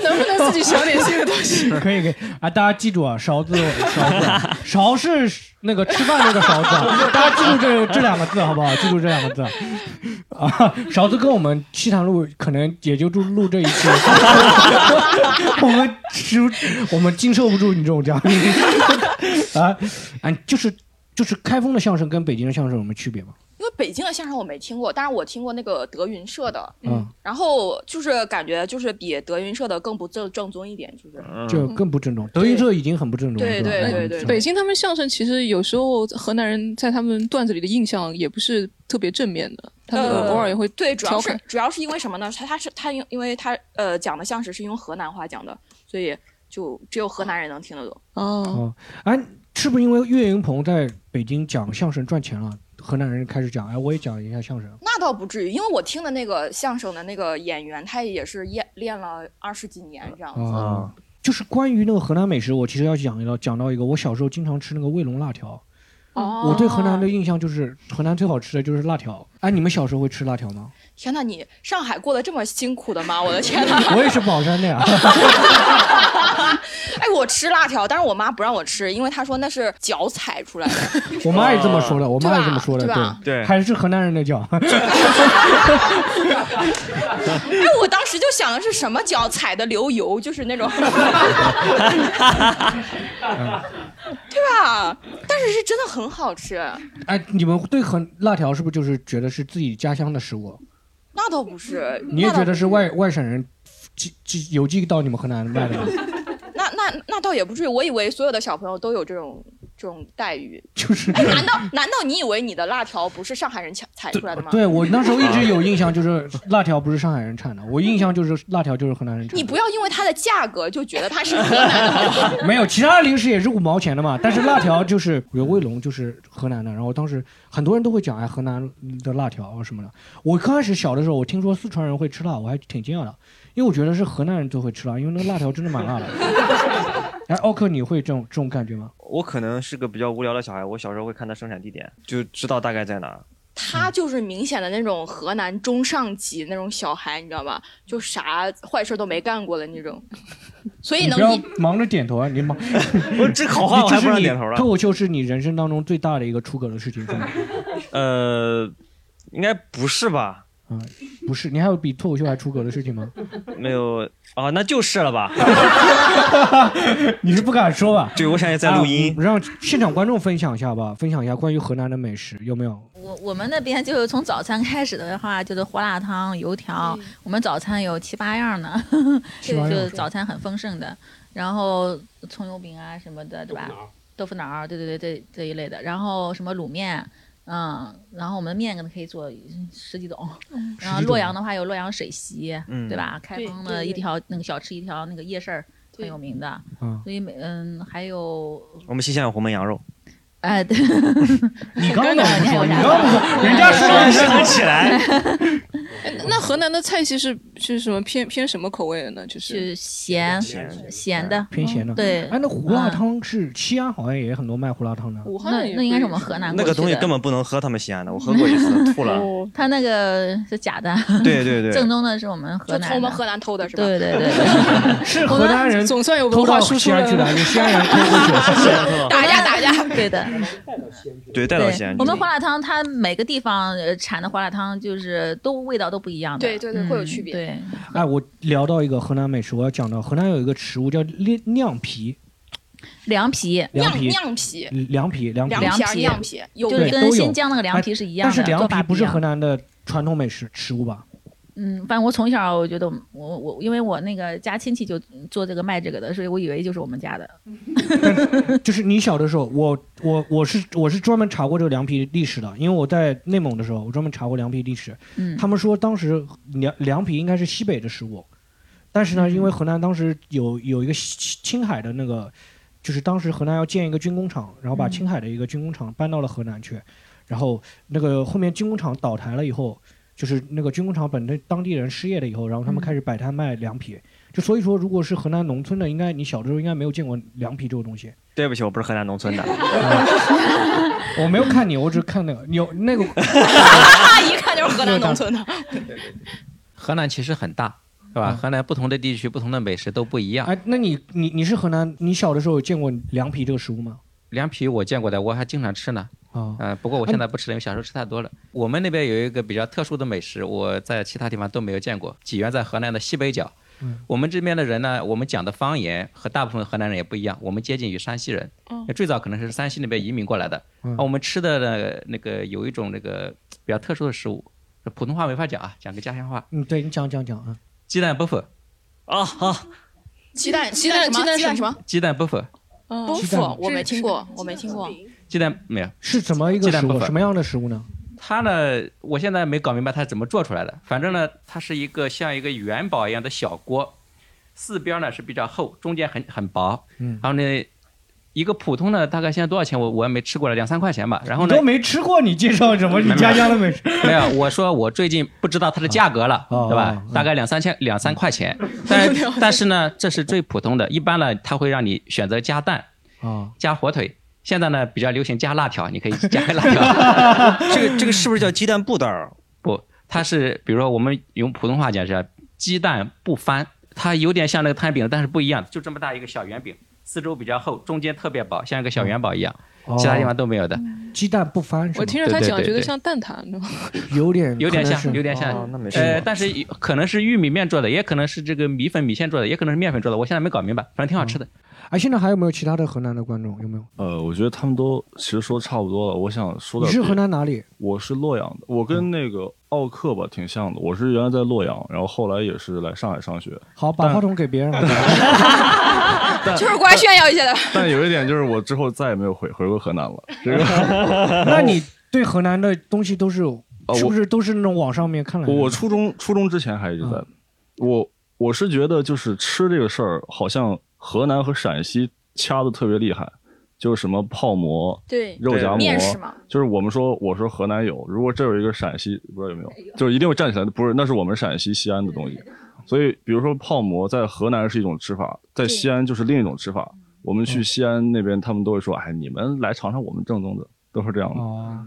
Speaker 5: 能不能自己想点新的东
Speaker 2: [laughs]
Speaker 5: 西？
Speaker 2: 可以可以啊！大家记住啊，勺子勺子啊，勺是那个吃饭那个勺子啊，大家记住这这两个字好不好？记住这两个字啊！ [laughs] 勺子跟我们西塘路可能也就录录这一期，
Speaker 5: [laughs]
Speaker 2: 我们吃我们经受不住你这种嘉宾
Speaker 5: [laughs]
Speaker 2: 啊啊！就是就是开封的相声跟北京的相声有什么区别吗？
Speaker 3: 因为北京的相声我没听过，但是我听过那个德云社的，
Speaker 2: 嗯，
Speaker 3: 然后就是感觉就是比德云社的更不正正宗一点，就是
Speaker 2: 啊就更不正宗，德云社已经很不正宗，
Speaker 3: 对
Speaker 2: 是吧
Speaker 3: 对对对
Speaker 2: 嗯
Speaker 5: 北京他们相声其实有时候河南人在他们段子里的印象也不是特别正面的，他们
Speaker 3: 呃
Speaker 5: 偶尔也会
Speaker 3: 对，主要
Speaker 5: 调
Speaker 3: 是
Speaker 5: 侃
Speaker 3: 主要是因为什么呢？他他是他因因为他呃讲的相声是用河南话讲的，所以就只有河南人能听得懂。
Speaker 5: 哦，
Speaker 2: 哦，哎，是不是因为岳云鹏在北京讲相声赚钱了，河南人开始讲，哎，我也讲一下相声。
Speaker 3: 那倒不至于，因为我听的那个相声的那个演员，他也是练练了二十几年这样子。
Speaker 2: 啊，就是关于那个河南美食，我其实要讲一道讲到一个，我小时候经常吃那个卫龙辣条。
Speaker 3: 哦
Speaker 2: 我对河南的印象就是，河南最好吃的就是辣条。哎，你们小时候会吃辣条吗？
Speaker 3: 天呐，你上海过得这么辛苦的吗？我的天呐！
Speaker 2: 我也是宝山的呀。
Speaker 3: [laughs] 哎，我吃辣条，但是我妈不让我吃，因为她说那是脚踩出来的。 [laughs]
Speaker 2: 我妈也这么说的，我妈也
Speaker 3: 对吧
Speaker 2: 这么说的，
Speaker 3: 对吧
Speaker 1: 对
Speaker 2: 还是河南人的脚。 [laughs]
Speaker 3: 哎，我当时就想的是什么脚踩的流油，就是那种， [laughs] 对吧？但是是真的很好吃，
Speaker 2: 哎，你们对河辣条是不是就是觉得是自己家乡的食物？
Speaker 3: 那倒不是。
Speaker 2: 你也
Speaker 3: 那倒
Speaker 2: 觉得是外外省人寄寄邮寄到你们河南卖的吗？
Speaker 3: 那那那倒也不至于，我以为所有的小朋友都有这种这种待遇。
Speaker 2: 就是
Speaker 3: 哎，难道难道你以为你的辣条不是上海人抢踩出来的吗？
Speaker 2: 对我那时候一直有印象，就是辣条不是上海人产的，我印象就是辣条就是河南人产
Speaker 3: [laughs] 你
Speaker 2: 的。
Speaker 3: 不要因为它的价格就觉得它是河南的， [laughs] 好不好？
Speaker 2: [laughs] 没有，其他的零食也是五毛钱的嘛，但是辣条就是，比如卫龙就是河南的，然后当时很多人都会讲哎河南的辣条什么的。我刚开始小的时候，我听说四川人会吃辣，我还挺惊讶的，因为我觉得是河南人最会吃辣，因为那个辣条真的蛮辣的。哎，奥克，你会这种这种感觉吗？
Speaker 1: 我可能是个比较无聊的小孩，我小时候会看它生产地点，就知道大概在哪儿。
Speaker 3: 他就是明显的那种河南中上级那种小孩，你知道吧？就啥坏事都没干过的那种，所以
Speaker 2: 你
Speaker 3: 能
Speaker 2: 不要
Speaker 3: 一 [laughs]
Speaker 2: 忙着点头啊，你忙
Speaker 1: 我这口话我
Speaker 2: 这
Speaker 1: 还不
Speaker 2: 是
Speaker 1: 让
Speaker 2: 你
Speaker 1: 点头了
Speaker 2: 脱。口秀是你人生当中最大的一个出格的事情，是吗？
Speaker 1: 呃，应该不是吧？
Speaker 2: 啊，不是，你还有比脱口秀还出格的事情吗？
Speaker 1: 没有哦，那就是了吧？ [laughs]
Speaker 2: [laughs] 你是不敢说吧？
Speaker 1: 对，我想也在录音。
Speaker 2: 啊让现场观众分享一下吧，分享一下关于河南的美食，有没有？
Speaker 6: 我我们那边就是从早餐开始的话，就是火辣汤、油条，我们早餐有七八样呢， [laughs]
Speaker 2: 七
Speaker 6: 就
Speaker 2: 八样
Speaker 6: 是早餐很丰盛的。然后葱油饼啊什么的，对吧？豆腐脑儿，对对对，这这一类的。然后什么卤面，嗯，然后我们的面可能可以做十几种。然后
Speaker 9: 十几种
Speaker 6: 洛阳的话有洛阳水席，
Speaker 9: 嗯
Speaker 6: 对吧？开
Speaker 9: 对
Speaker 6: 封
Speaker 9: 对
Speaker 6: 的一
Speaker 9: 对
Speaker 6: 条那个小吃一条那个夜市儿很
Speaker 9: 对
Speaker 6: 有名的
Speaker 1: 嗯，
Speaker 6: 所以每嗯还有
Speaker 1: 我们西乡有红焖羊肉，
Speaker 6: [laughs] 哎，对，
Speaker 2: 你
Speaker 6: 刚 [laughs] 刚
Speaker 5: 不说
Speaker 6: 你
Speaker 5: 你刚不说人家说了
Speaker 1: 我想起来，
Speaker 5: 哎 [laughs] 那那河南的菜系是是什么偏偏什么口味的呢？就是
Speaker 6: 咸咸的
Speaker 2: 偏咸的。
Speaker 6: 嗯对，
Speaker 2: 嗯哎，那胡辣汤是西安好像也很多卖胡辣汤的。
Speaker 5: 武
Speaker 6: 那那应该是我们河南
Speaker 1: [laughs] 那
Speaker 6: 过
Speaker 1: 个
Speaker 6: 去
Speaker 1: 东西
Speaker 6: 的
Speaker 1: 根本不能喝他们西安的，我喝过一次吐了。
Speaker 3: 嗯
Speaker 6: 他那个是假的，
Speaker 1: 对对对
Speaker 6: 哦 [laughs] 正宗的是我们河南的，
Speaker 3: 就从我们河南偷的是吧
Speaker 6: 对对
Speaker 3: [laughs]
Speaker 6: 对，
Speaker 2: 是河南人
Speaker 5: 总算有
Speaker 2: 文化输出了偷到西安
Speaker 5: [laughs]
Speaker 2: 去了就西安人偷过去了是的是的
Speaker 6: 打架打架， [laughs] 对
Speaker 2: [laughs]
Speaker 6: 的。
Speaker 1: 对，带到西安去。
Speaker 6: 我们胡辣汤，它每个地方呃产的胡辣汤就是都味道都不一样的，对
Speaker 3: 对对会有区别
Speaker 6: 对，
Speaker 2: 哎，我聊到一个河南美食，我要讲到河南有一个食物叫酿酿皮，
Speaker 6: 凉皮，
Speaker 2: 凉皮
Speaker 3: 酿皮
Speaker 2: 凉皮，凉皮，
Speaker 3: 凉皮啊
Speaker 6: 皮
Speaker 3: 酿皮有
Speaker 6: 就是
Speaker 2: 对
Speaker 6: 跟
Speaker 2: 都有
Speaker 6: 新疆那个凉皮是一样的
Speaker 2: 哎但是
Speaker 6: 做
Speaker 2: 凉
Speaker 6: 法不
Speaker 2: 皮不
Speaker 6: 一
Speaker 2: 是
Speaker 6: 样
Speaker 2: 河南的传统美食食物吧？
Speaker 6: 嗯，反正我从小我觉得我我因为我那个家亲戚就做这个卖这个的，所以我以为就是我们家的。
Speaker 2: [laughs] 就是你小的时候，我我我是我是专门查过这个凉皮历史的，因为我在内蒙的时候，我专门查过凉皮历史。
Speaker 6: 嗯
Speaker 2: 他们说当时凉凉皮应该是西北的食物，但是呢，因为河南当时有有一个青青海的那个，就是当时河南要建一个军工厂，然后把
Speaker 1: 嗯
Speaker 2: 青海的一个军工厂搬到了河南去，然后那个后面军工厂倒台了以后。就是那个军工厂本身当地人失业了以后，然后他们开始摆摊卖凉皮，就所以说，如果是河南农村的，应该你小的时候应该没有见过凉皮这个东西。
Speaker 1: 对不起，我不是河南
Speaker 6: [laughs]
Speaker 1: 农村的。
Speaker 2: [laughs] 我没有看你，我只是看那个有那个
Speaker 3: 一看就是河南
Speaker 2: [laughs]
Speaker 3: 农村的。
Speaker 4: 河南其实很大，是吧？河南不同的地区、不同的美食都不一样。
Speaker 2: 哎，那你你你是河南？你小的时候有见过凉皮这个食物吗？
Speaker 4: 凉皮我见过的，我还经常吃呢。
Speaker 2: 啊，
Speaker 4: 呃，不过我现在不吃了，因为小时候吃太多了。我们那边有一个比较特殊的美食，我在其他地方都没有见过。起源在河南的西北角。
Speaker 2: 嗯
Speaker 4: 我们这边的人呢，我们讲的方言和大部分河南人也不一样，我们接近于山西人
Speaker 5: 哦，
Speaker 4: 最早可能是山西那边移民过来的。
Speaker 2: 嗯
Speaker 4: 啊，我们吃的呢，那个有一种那个比较特殊的食物，普通话没法讲啊，讲个家乡话，
Speaker 2: 嗯，对你讲讲讲啊，
Speaker 4: 鸡蛋包粉。
Speaker 1: 啊啊，
Speaker 3: 鸡蛋
Speaker 5: 鸡蛋
Speaker 3: 什
Speaker 5: 鸡
Speaker 3: 么
Speaker 5: 蛋
Speaker 3: 鸡蛋
Speaker 5: 是
Speaker 3: 什么？
Speaker 4: 鸡蛋包粉，
Speaker 3: 不
Speaker 2: 鸡
Speaker 3: 腐
Speaker 2: 蛋，
Speaker 3: 我没听过，我没听过。
Speaker 4: 鸡蛋没有。
Speaker 2: 是怎么一个
Speaker 4: 鸡蛋
Speaker 2: 食
Speaker 4: 不
Speaker 2: 物？
Speaker 4: 粉
Speaker 2: 什么样的食物呢？
Speaker 4: 它呢，我现在没搞明白它怎么做出来的。反正呢，它是一个像一个元宝一样的小锅，四边呢是比较厚，中间很很薄。
Speaker 2: 嗯，
Speaker 4: 然后呢，一个普通的大概现在多少钱？我我也没吃过了，两三块钱吧。然后
Speaker 2: 你
Speaker 4: 呢
Speaker 2: 都，没吃过，你介绍什么你家乡的美食？
Speaker 4: 没有，我说我最近不知道它的价格
Speaker 1: 啊
Speaker 4: 了，
Speaker 2: 哦
Speaker 4: 对吧？大概两三千两三块钱，
Speaker 1: 嗯
Speaker 4: [laughs] 但但是呢，这是最普通的。一般呢，它会让你选择加蛋，
Speaker 1: 哦
Speaker 2: 啊，
Speaker 4: 加火腿。现在呢，比较流行加辣条，
Speaker 1: [laughs]
Speaker 4: 你可以加辣条。
Speaker 1: 这个这个是不是叫鸡蛋布袋儿？
Speaker 4: 不，它是比如说我们用普通话讲是鸡蛋不翻，它有点像那个摊饼，但是不一样，就这么大一个小圆饼，四周比较厚，中间特别薄，像一个
Speaker 1: 嗯
Speaker 4: 小元宝一样，
Speaker 2: 哦
Speaker 4: 其他地方都没有的。
Speaker 2: [laughs] 鸡蛋不翻是吗？
Speaker 5: 我听着他讲，
Speaker 4: 对对对
Speaker 5: 觉得
Speaker 4: 对
Speaker 5: 像蛋挞，你知道吗？
Speaker 2: 有点
Speaker 4: 有点
Speaker 2: 可能是哦
Speaker 4: 像，有点像，呃，但是可能是玉米面做的，也可能是这个米粉米线做的，也可能是面粉做的，我现在没搞明白，反正挺好吃的。
Speaker 2: 哎，现在还有没有其他的河南的观众？有没有？
Speaker 10: 呃，我觉得他们都其实说差不多了。我想说
Speaker 2: 你
Speaker 10: 点，
Speaker 2: 是河南哪里？嗯
Speaker 10: 我是洛阳的，我跟那个奥克吧挺像的。我是原来在洛阳，然后后来也是来上海上学。
Speaker 2: 好，把话筒
Speaker 4: [laughs]
Speaker 2: 给别人了。，
Speaker 3: [laughs] 就是过来炫耀一下的。
Speaker 10: 但有一点就是，我之后再也没有回回过河南了。这个
Speaker 2: [laughs] 那你对河南的东西都是
Speaker 4: 哦
Speaker 2: 有
Speaker 10: 我
Speaker 2: 是不是都是那种网上面看来
Speaker 10: [laughs]
Speaker 2: 的？
Speaker 10: 我我初中初中之前还一直在，
Speaker 2: 嗯
Speaker 10: 我我是觉得就是吃这个事儿，好像河南和陕西掐的特别厉害，就是什么泡馍，
Speaker 3: 对
Speaker 10: 肉夹馍，
Speaker 3: 面食嘛
Speaker 10: 就是我们说我说河南有，如果这有一个陕西，不知道有没
Speaker 3: 哎
Speaker 10: 有，就是一定会站起来，不是那是我们陕西西安的东西，所以比如说泡馍在河南是一种吃法，在西安就是另一种吃法。
Speaker 3: 嗯
Speaker 10: 我们去西安那边，他们都会说：“哎，你们来尝尝我们正宗的，都是这样的。”
Speaker 2: 哦，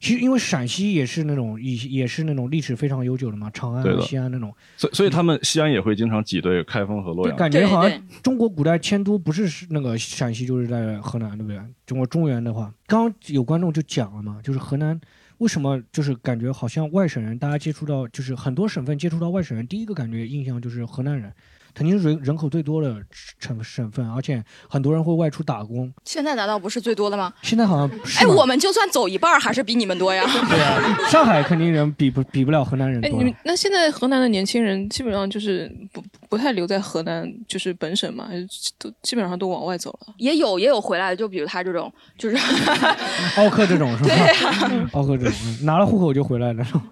Speaker 2: 其实因为陕西也是那种也也是那种历史非常悠久的嘛，长安
Speaker 10: 对
Speaker 2: 啊、
Speaker 10: 的
Speaker 2: 西安那种，
Speaker 10: 所以所以他们西安也会经常挤兑开封和洛
Speaker 2: 就
Speaker 10: 阳，
Speaker 2: 感觉好像中国古代迁都不是是那个陕西就是在河南，对不对？中国中原的话，刚刚有观众就讲了嘛，就是河南为什么就是感觉好像外省人，大家接触到就是很多省份接触到外省人，第一个感觉印象就是河南人，肯定是人人口最多的省省份，而且很多人会外出打工。
Speaker 3: 现在难道不是最多的吗？
Speaker 2: 现在好像是
Speaker 3: 哎，
Speaker 2: 吗
Speaker 3: 我们就算走一半儿，还是比你们多呀。 [laughs]
Speaker 2: 上海肯定人比不比不了河南人
Speaker 5: 哎，
Speaker 2: 多
Speaker 5: 你
Speaker 2: 了
Speaker 5: 们。那现在河南的年轻人基本上就是不不太留在河南，就是本省嘛，还是都基本上都往外走了。
Speaker 3: 也有也有回来的，就比如他这种，就是 [laughs]
Speaker 2: 奥克这种是吧？
Speaker 3: 对呀
Speaker 2: 奥克这种嗯拿了户口就回来了。
Speaker 3: [laughs]
Speaker 2: 是吧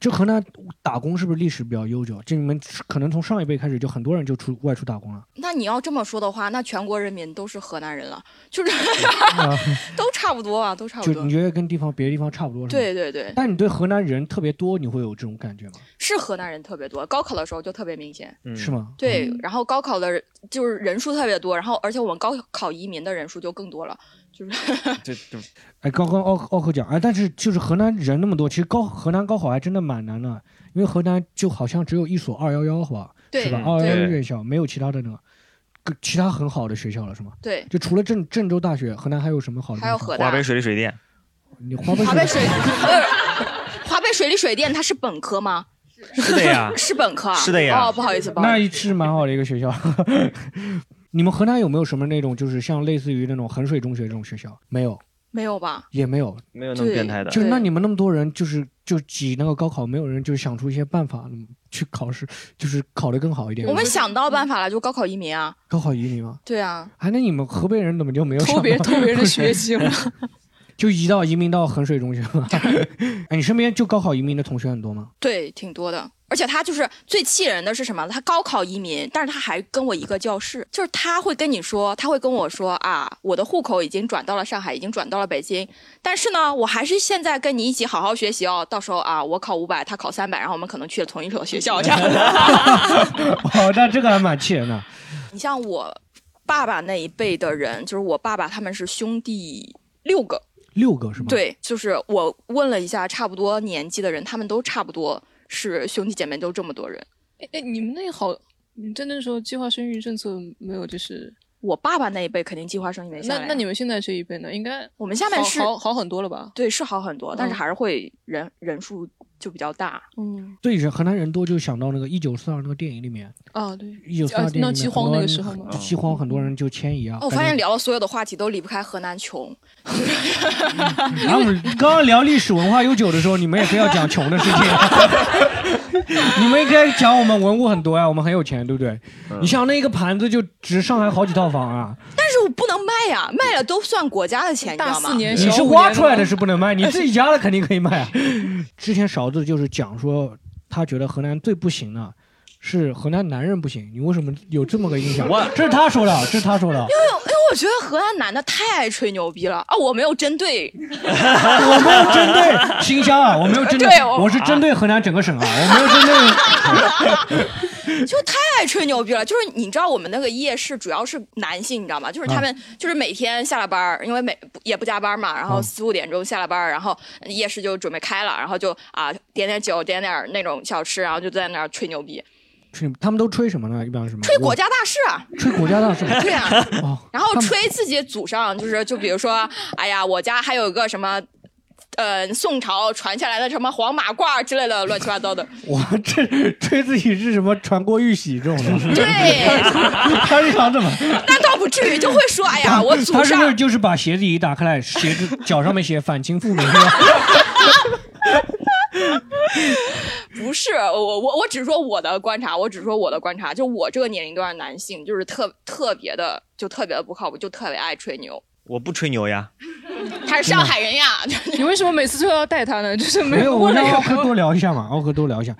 Speaker 2: 这河南打工是不是历史比较悠久？这你们可能从上一辈开始就很多人就出外出打工了。
Speaker 3: 那你要这么说的话，那全国人民都是河南人了，就是
Speaker 2: 啊
Speaker 3: [laughs] 都差不多啊，都差不
Speaker 2: 就
Speaker 3: 多
Speaker 2: 你。觉得跟地方别的地方差不多是吗？
Speaker 3: 对对对，
Speaker 2: 但你对河南人特别多，你会有这种感觉吗？
Speaker 3: 是河南人特别多，高考的时候就特别明显。
Speaker 2: 是吗？
Speaker 3: 对，然后高考的人就是人数特别多，然后而且我们高考移民的人数就更多了，就是
Speaker 1: 这这
Speaker 2: 哎，刚刚奥克奥克讲，哎，但是就是河南人那么多，其实高河南高考还真的蛮难的，因为河南就好像只有一所二幺幺，好吧？
Speaker 3: 对
Speaker 2: 是吧？
Speaker 3: 嗯
Speaker 2: 二幺
Speaker 3: 对
Speaker 2: 幺院校没有其他的那个，跟其他很好的学校了是吗？
Speaker 3: 对
Speaker 2: 就除了郑郑州大学，河南还有什么好的？
Speaker 3: 还有河大
Speaker 1: 华北水利水电，
Speaker 2: 你华北
Speaker 3: 华北水 [laughs] 呃
Speaker 2: 利
Speaker 3: 华北水利水电它是本科吗？
Speaker 1: 是的呀
Speaker 3: [laughs] 是本科啊。
Speaker 1: 是的呀
Speaker 3: 哦，不好意思，不好
Speaker 2: 那
Speaker 3: 意思。
Speaker 2: 一是蛮好的一个学校。 [laughs] 你们河南有没有什么那种就是像类似于那种衡水中学这种学校？没有，
Speaker 3: 没有吧？
Speaker 2: 也没有，
Speaker 1: 没有那么变态的。
Speaker 2: 就那你们那么多人，就是就挤那个高考，没有人就想出一些办法嗯去考试，就是考得更好一点。
Speaker 3: 我们想
Speaker 2: 嗯
Speaker 3: 到办法了，就高考移民啊。
Speaker 2: 高考移民吗？
Speaker 3: 对啊，
Speaker 2: 哎，那你们河北人怎么就没有
Speaker 3: 偷
Speaker 2: 想
Speaker 3: [laughs]
Speaker 2: 到
Speaker 3: 别人偷别人的学
Speaker 2: [laughs]
Speaker 3: 籍了？
Speaker 2: 就移到移民到衡水中学吗？ [laughs] 哎，你身边就高考移民的同学很多吗？
Speaker 3: 对，挺多的。而且他就是最气人的是什么？他高考移民，但是他还跟我一个教室，就是他会跟你说，他会跟我说啊，我的户口已经转到了上海，已经转到了北京，但是呢，我还是现在跟你一起好好学习哦。到时候啊，我考五百，他考三百，然后我们可能去了同一所学校这样的。
Speaker 2: [laughs] 哦，那这个还蛮气人的。
Speaker 3: 你像我爸爸那一辈的人，就是我爸爸他们是兄弟六个，
Speaker 2: 六个是吗？，
Speaker 3: 对，就是我问了一下，差不多年纪的人，他们都差不多是兄弟姐妹，都这么多人。
Speaker 5: 哎哎，你们那好，你在那时候计划生育政策没有就是。
Speaker 3: 我爸爸那一辈肯定计划生育没下来
Speaker 5: 那
Speaker 3: 呀
Speaker 5: 那你们现在这一辈呢？应该
Speaker 3: 我们下面
Speaker 5: 好
Speaker 3: 是
Speaker 5: 好好很多了吧？
Speaker 3: 对是好很多，但是
Speaker 5: 嗯
Speaker 3: 还是会人、人数就比较大。
Speaker 5: 嗯，
Speaker 2: 对，人河南人多就想到那个一九四二那个电影里面，
Speaker 5: 啊，对，
Speaker 2: 一九四二电
Speaker 5: 啊
Speaker 2: 影里面
Speaker 5: 闹饥荒那个时候
Speaker 2: 很
Speaker 5: 吗
Speaker 2: 多？人饥荒很多人就迁移啊。
Speaker 3: 嗯哦，我发现聊的所有的话题都离不开河南穷，
Speaker 2: 然后我们刚刚聊历史文化悠久的时候，你们也非要讲穷的事情，啊 [laughs] 你们应该讲我们文物很多呀、我们很有钱，对不对？你想那一个盘子就值上海好几套房啊，
Speaker 3: 但是我不能卖呀、卖了都算国家的钱，你知
Speaker 5: 大
Speaker 3: 道吗？
Speaker 5: 四年
Speaker 2: 你是挖出来的是不能卖，你自己家的肯定可以
Speaker 5: [laughs]
Speaker 2: 卖啊。之前勺子就是讲说，他觉得河南最不行的是河南男人不行，你为什么有这么个印象
Speaker 1: 我？
Speaker 2: 这是他说的，这是他说的。
Speaker 3: [laughs] 因为因为我觉得河南男的太爱吹牛逼了啊！我没有针对， [laughs]
Speaker 2: 我没有针对新乡啊，我没有针对
Speaker 3: 对，我
Speaker 2: 我是针对河南整个省啊，我没有针对。
Speaker 3: 就太爱吹牛逼了。就是你知道我们那个夜市主要是男性，你知道吗？就是他们就是每天下了班儿，因为每也不加班嘛，然后
Speaker 2: 嗯
Speaker 3: 四五点钟下了班儿，然后夜市就准备开了，然后就啊点点酒，点点儿那种小吃，然后就在那儿吹牛逼，
Speaker 2: 吹他们都吹什么呢？一般是什么？
Speaker 3: 吹国家大事啊。
Speaker 2: 吹国家大事。
Speaker 3: 对啊，
Speaker 2: 哦，
Speaker 3: 然后吹自己祖上，就是就比如说，哎呀，我家还有个什么。呃，宋朝传下来的什么黄马褂之类的乱七八糟的，
Speaker 2: 我这吹自己是什么传国玉玺这种的？
Speaker 3: 对
Speaker 2: 他是想怎么？
Speaker 3: [laughs] 那倒不至于，就会说，哎呀，我祖
Speaker 2: 他是不是
Speaker 3: 上
Speaker 2: 就是把鞋子一打开来，鞋子脚上面写反清复明？
Speaker 3: 不是我，我我只是说我的观察，我只是说我的观察，就我这个年龄段的男性，就是特特别的，就特别的不靠谱，就特别爱吹牛。
Speaker 1: 我不吹牛呀，
Speaker 3: 他是上海人呀，
Speaker 5: [laughs] 你为什么每次都要带他
Speaker 2: [laughs]
Speaker 5: 呢？就是没
Speaker 2: 没有，
Speaker 5: 有
Speaker 2: 我
Speaker 5: 问
Speaker 2: 让
Speaker 5: 了
Speaker 2: 奥克
Speaker 5: [laughs]
Speaker 2: 多聊一下嘛，奥克多聊一下。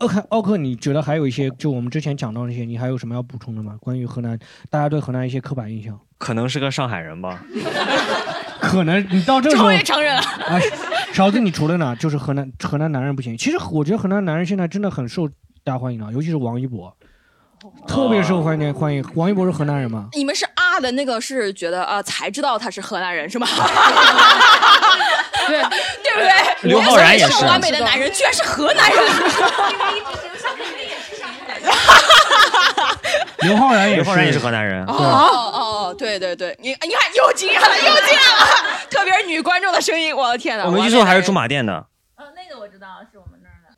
Speaker 2: 奥克，奥克，你觉得还有一些，就我们之前讲到那些，你还有什么要补充的吗？关于河南，大家对河南一些刻板印象，
Speaker 1: 可能是个上海人
Speaker 3: [laughs]
Speaker 1: 吧。
Speaker 2: 可能你到这个时候
Speaker 3: 终于承认了。 [laughs]
Speaker 2: 啊，勺子，你除了哪，就是河南河南男人不行。其实我觉得河南男人现在真的很受大家欢迎啊，尤其是王一博，特别受
Speaker 3: 哦
Speaker 2: 欢迎欢迎。王一博是河南人吗？
Speaker 3: 你们是啊的那个是觉得啊、呃才知道他是河南人是吗？ [laughs]
Speaker 5: 对
Speaker 3: 对不对？
Speaker 1: 哎刘昊然也是啊
Speaker 3: 我想说完美的男人居然是河南
Speaker 1: [laughs]
Speaker 3: 人，
Speaker 2: 刘昊然也是，
Speaker 1: 刘昊然也是河南人，
Speaker 3: 哦哦哦哦，对对对，你你看又惊艳了，又惊艳了，特别是女观众的声音，我的天哪！
Speaker 1: 我没记错还是驻马店的，
Speaker 3: 哦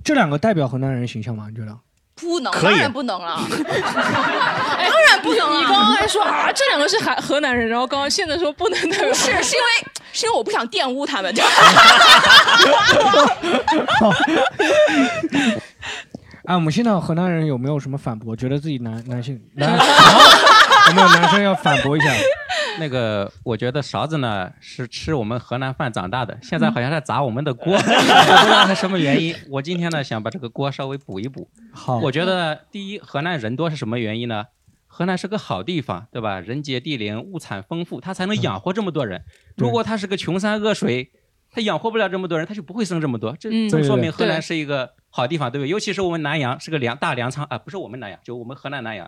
Speaker 2: 这两个代表河南人形象吗？你觉得？
Speaker 3: 不能，
Speaker 2: 可以
Speaker 3: 当然不
Speaker 1: [laughs]
Speaker 3: 能了，当然不能了。
Speaker 5: 你刚刚还说啊，这两个是河河南人，然后刚刚现在说不能代表，
Speaker 3: 不
Speaker 5: [laughs]
Speaker 3: 是，是因为是因为我不想玷污他们。 [laughs]
Speaker 2: 哎，我们现场河南人有没有什么反驳？觉得自己男男性
Speaker 3: [laughs]
Speaker 2: 男，有没有男生要反驳一下？
Speaker 4: 那个，我觉得勺子呢是吃我们河南饭长大的，现在好像在砸我们的锅，我 [laughs] 不知道是什么原因。我今天呢想把这个锅稍微补一
Speaker 5: [laughs]
Speaker 4: 补。
Speaker 2: 好
Speaker 4: 我觉得第一，河南人多是什么原因呢？河南是个好地方，对吧？人杰地灵，物产丰富，它才能养活这么多
Speaker 5: 嗯
Speaker 4: 人。如果它是个穷山恶水，它养活不了这么多人，它就不会生这么多。这
Speaker 5: 嗯
Speaker 4: 这
Speaker 5: 对
Speaker 4: 说
Speaker 5: 对
Speaker 4: 明河
Speaker 5: 对
Speaker 4: 南是一个好地方，对不对？尤其是我们南阳是个粮大粮仓啊，不是我们南阳，就我们河南南阳，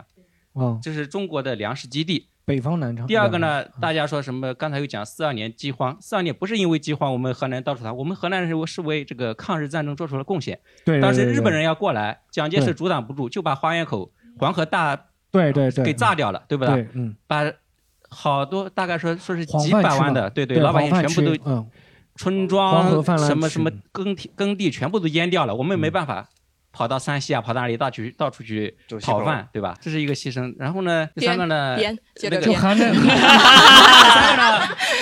Speaker 5: 哦
Speaker 2: 嗯，
Speaker 4: 这是中国的粮食基地。
Speaker 2: 北方南昌。
Speaker 4: 第二个
Speaker 2: 嗯
Speaker 4: 呢，大家说什么？刚才又讲四二年饥荒，四二年不是因为饥荒，我们河南到处逃，我们河南人是为这个抗日战争做出了贡献。
Speaker 2: 对对对
Speaker 4: 当时
Speaker 2: 对
Speaker 4: 日本人要过来，蒋介
Speaker 2: 对
Speaker 4: 石阻挡不住，就把花园口、黄河大
Speaker 2: 对对对，
Speaker 4: [laughs] 给炸掉了，对不
Speaker 2: 对？嗯，
Speaker 4: 把好多大概说说是
Speaker 2: 黄
Speaker 4: 几
Speaker 2: 泛
Speaker 4: 百
Speaker 2: 区
Speaker 4: 万
Speaker 2: 嘛
Speaker 4: 的，对
Speaker 2: 对
Speaker 4: 老百姓
Speaker 2: 黄泛
Speaker 4: 全部
Speaker 2: 区嗯
Speaker 4: 都，村
Speaker 2: 黄河泛
Speaker 4: 庄
Speaker 2: 滥
Speaker 4: 什么
Speaker 2: 区嗯
Speaker 4: 什么耕地耕地全部都淹掉了，我们没办法。跑到山西啊，跑到哪里，到处到处去
Speaker 1: 西
Speaker 4: 讨
Speaker 1: 口
Speaker 4: 饭，对吧？这是一个牺牲。然后呢，第三个呢， [laughs]
Speaker 3: 编接
Speaker 4: 那
Speaker 3: 着
Speaker 4: 个
Speaker 3: 编，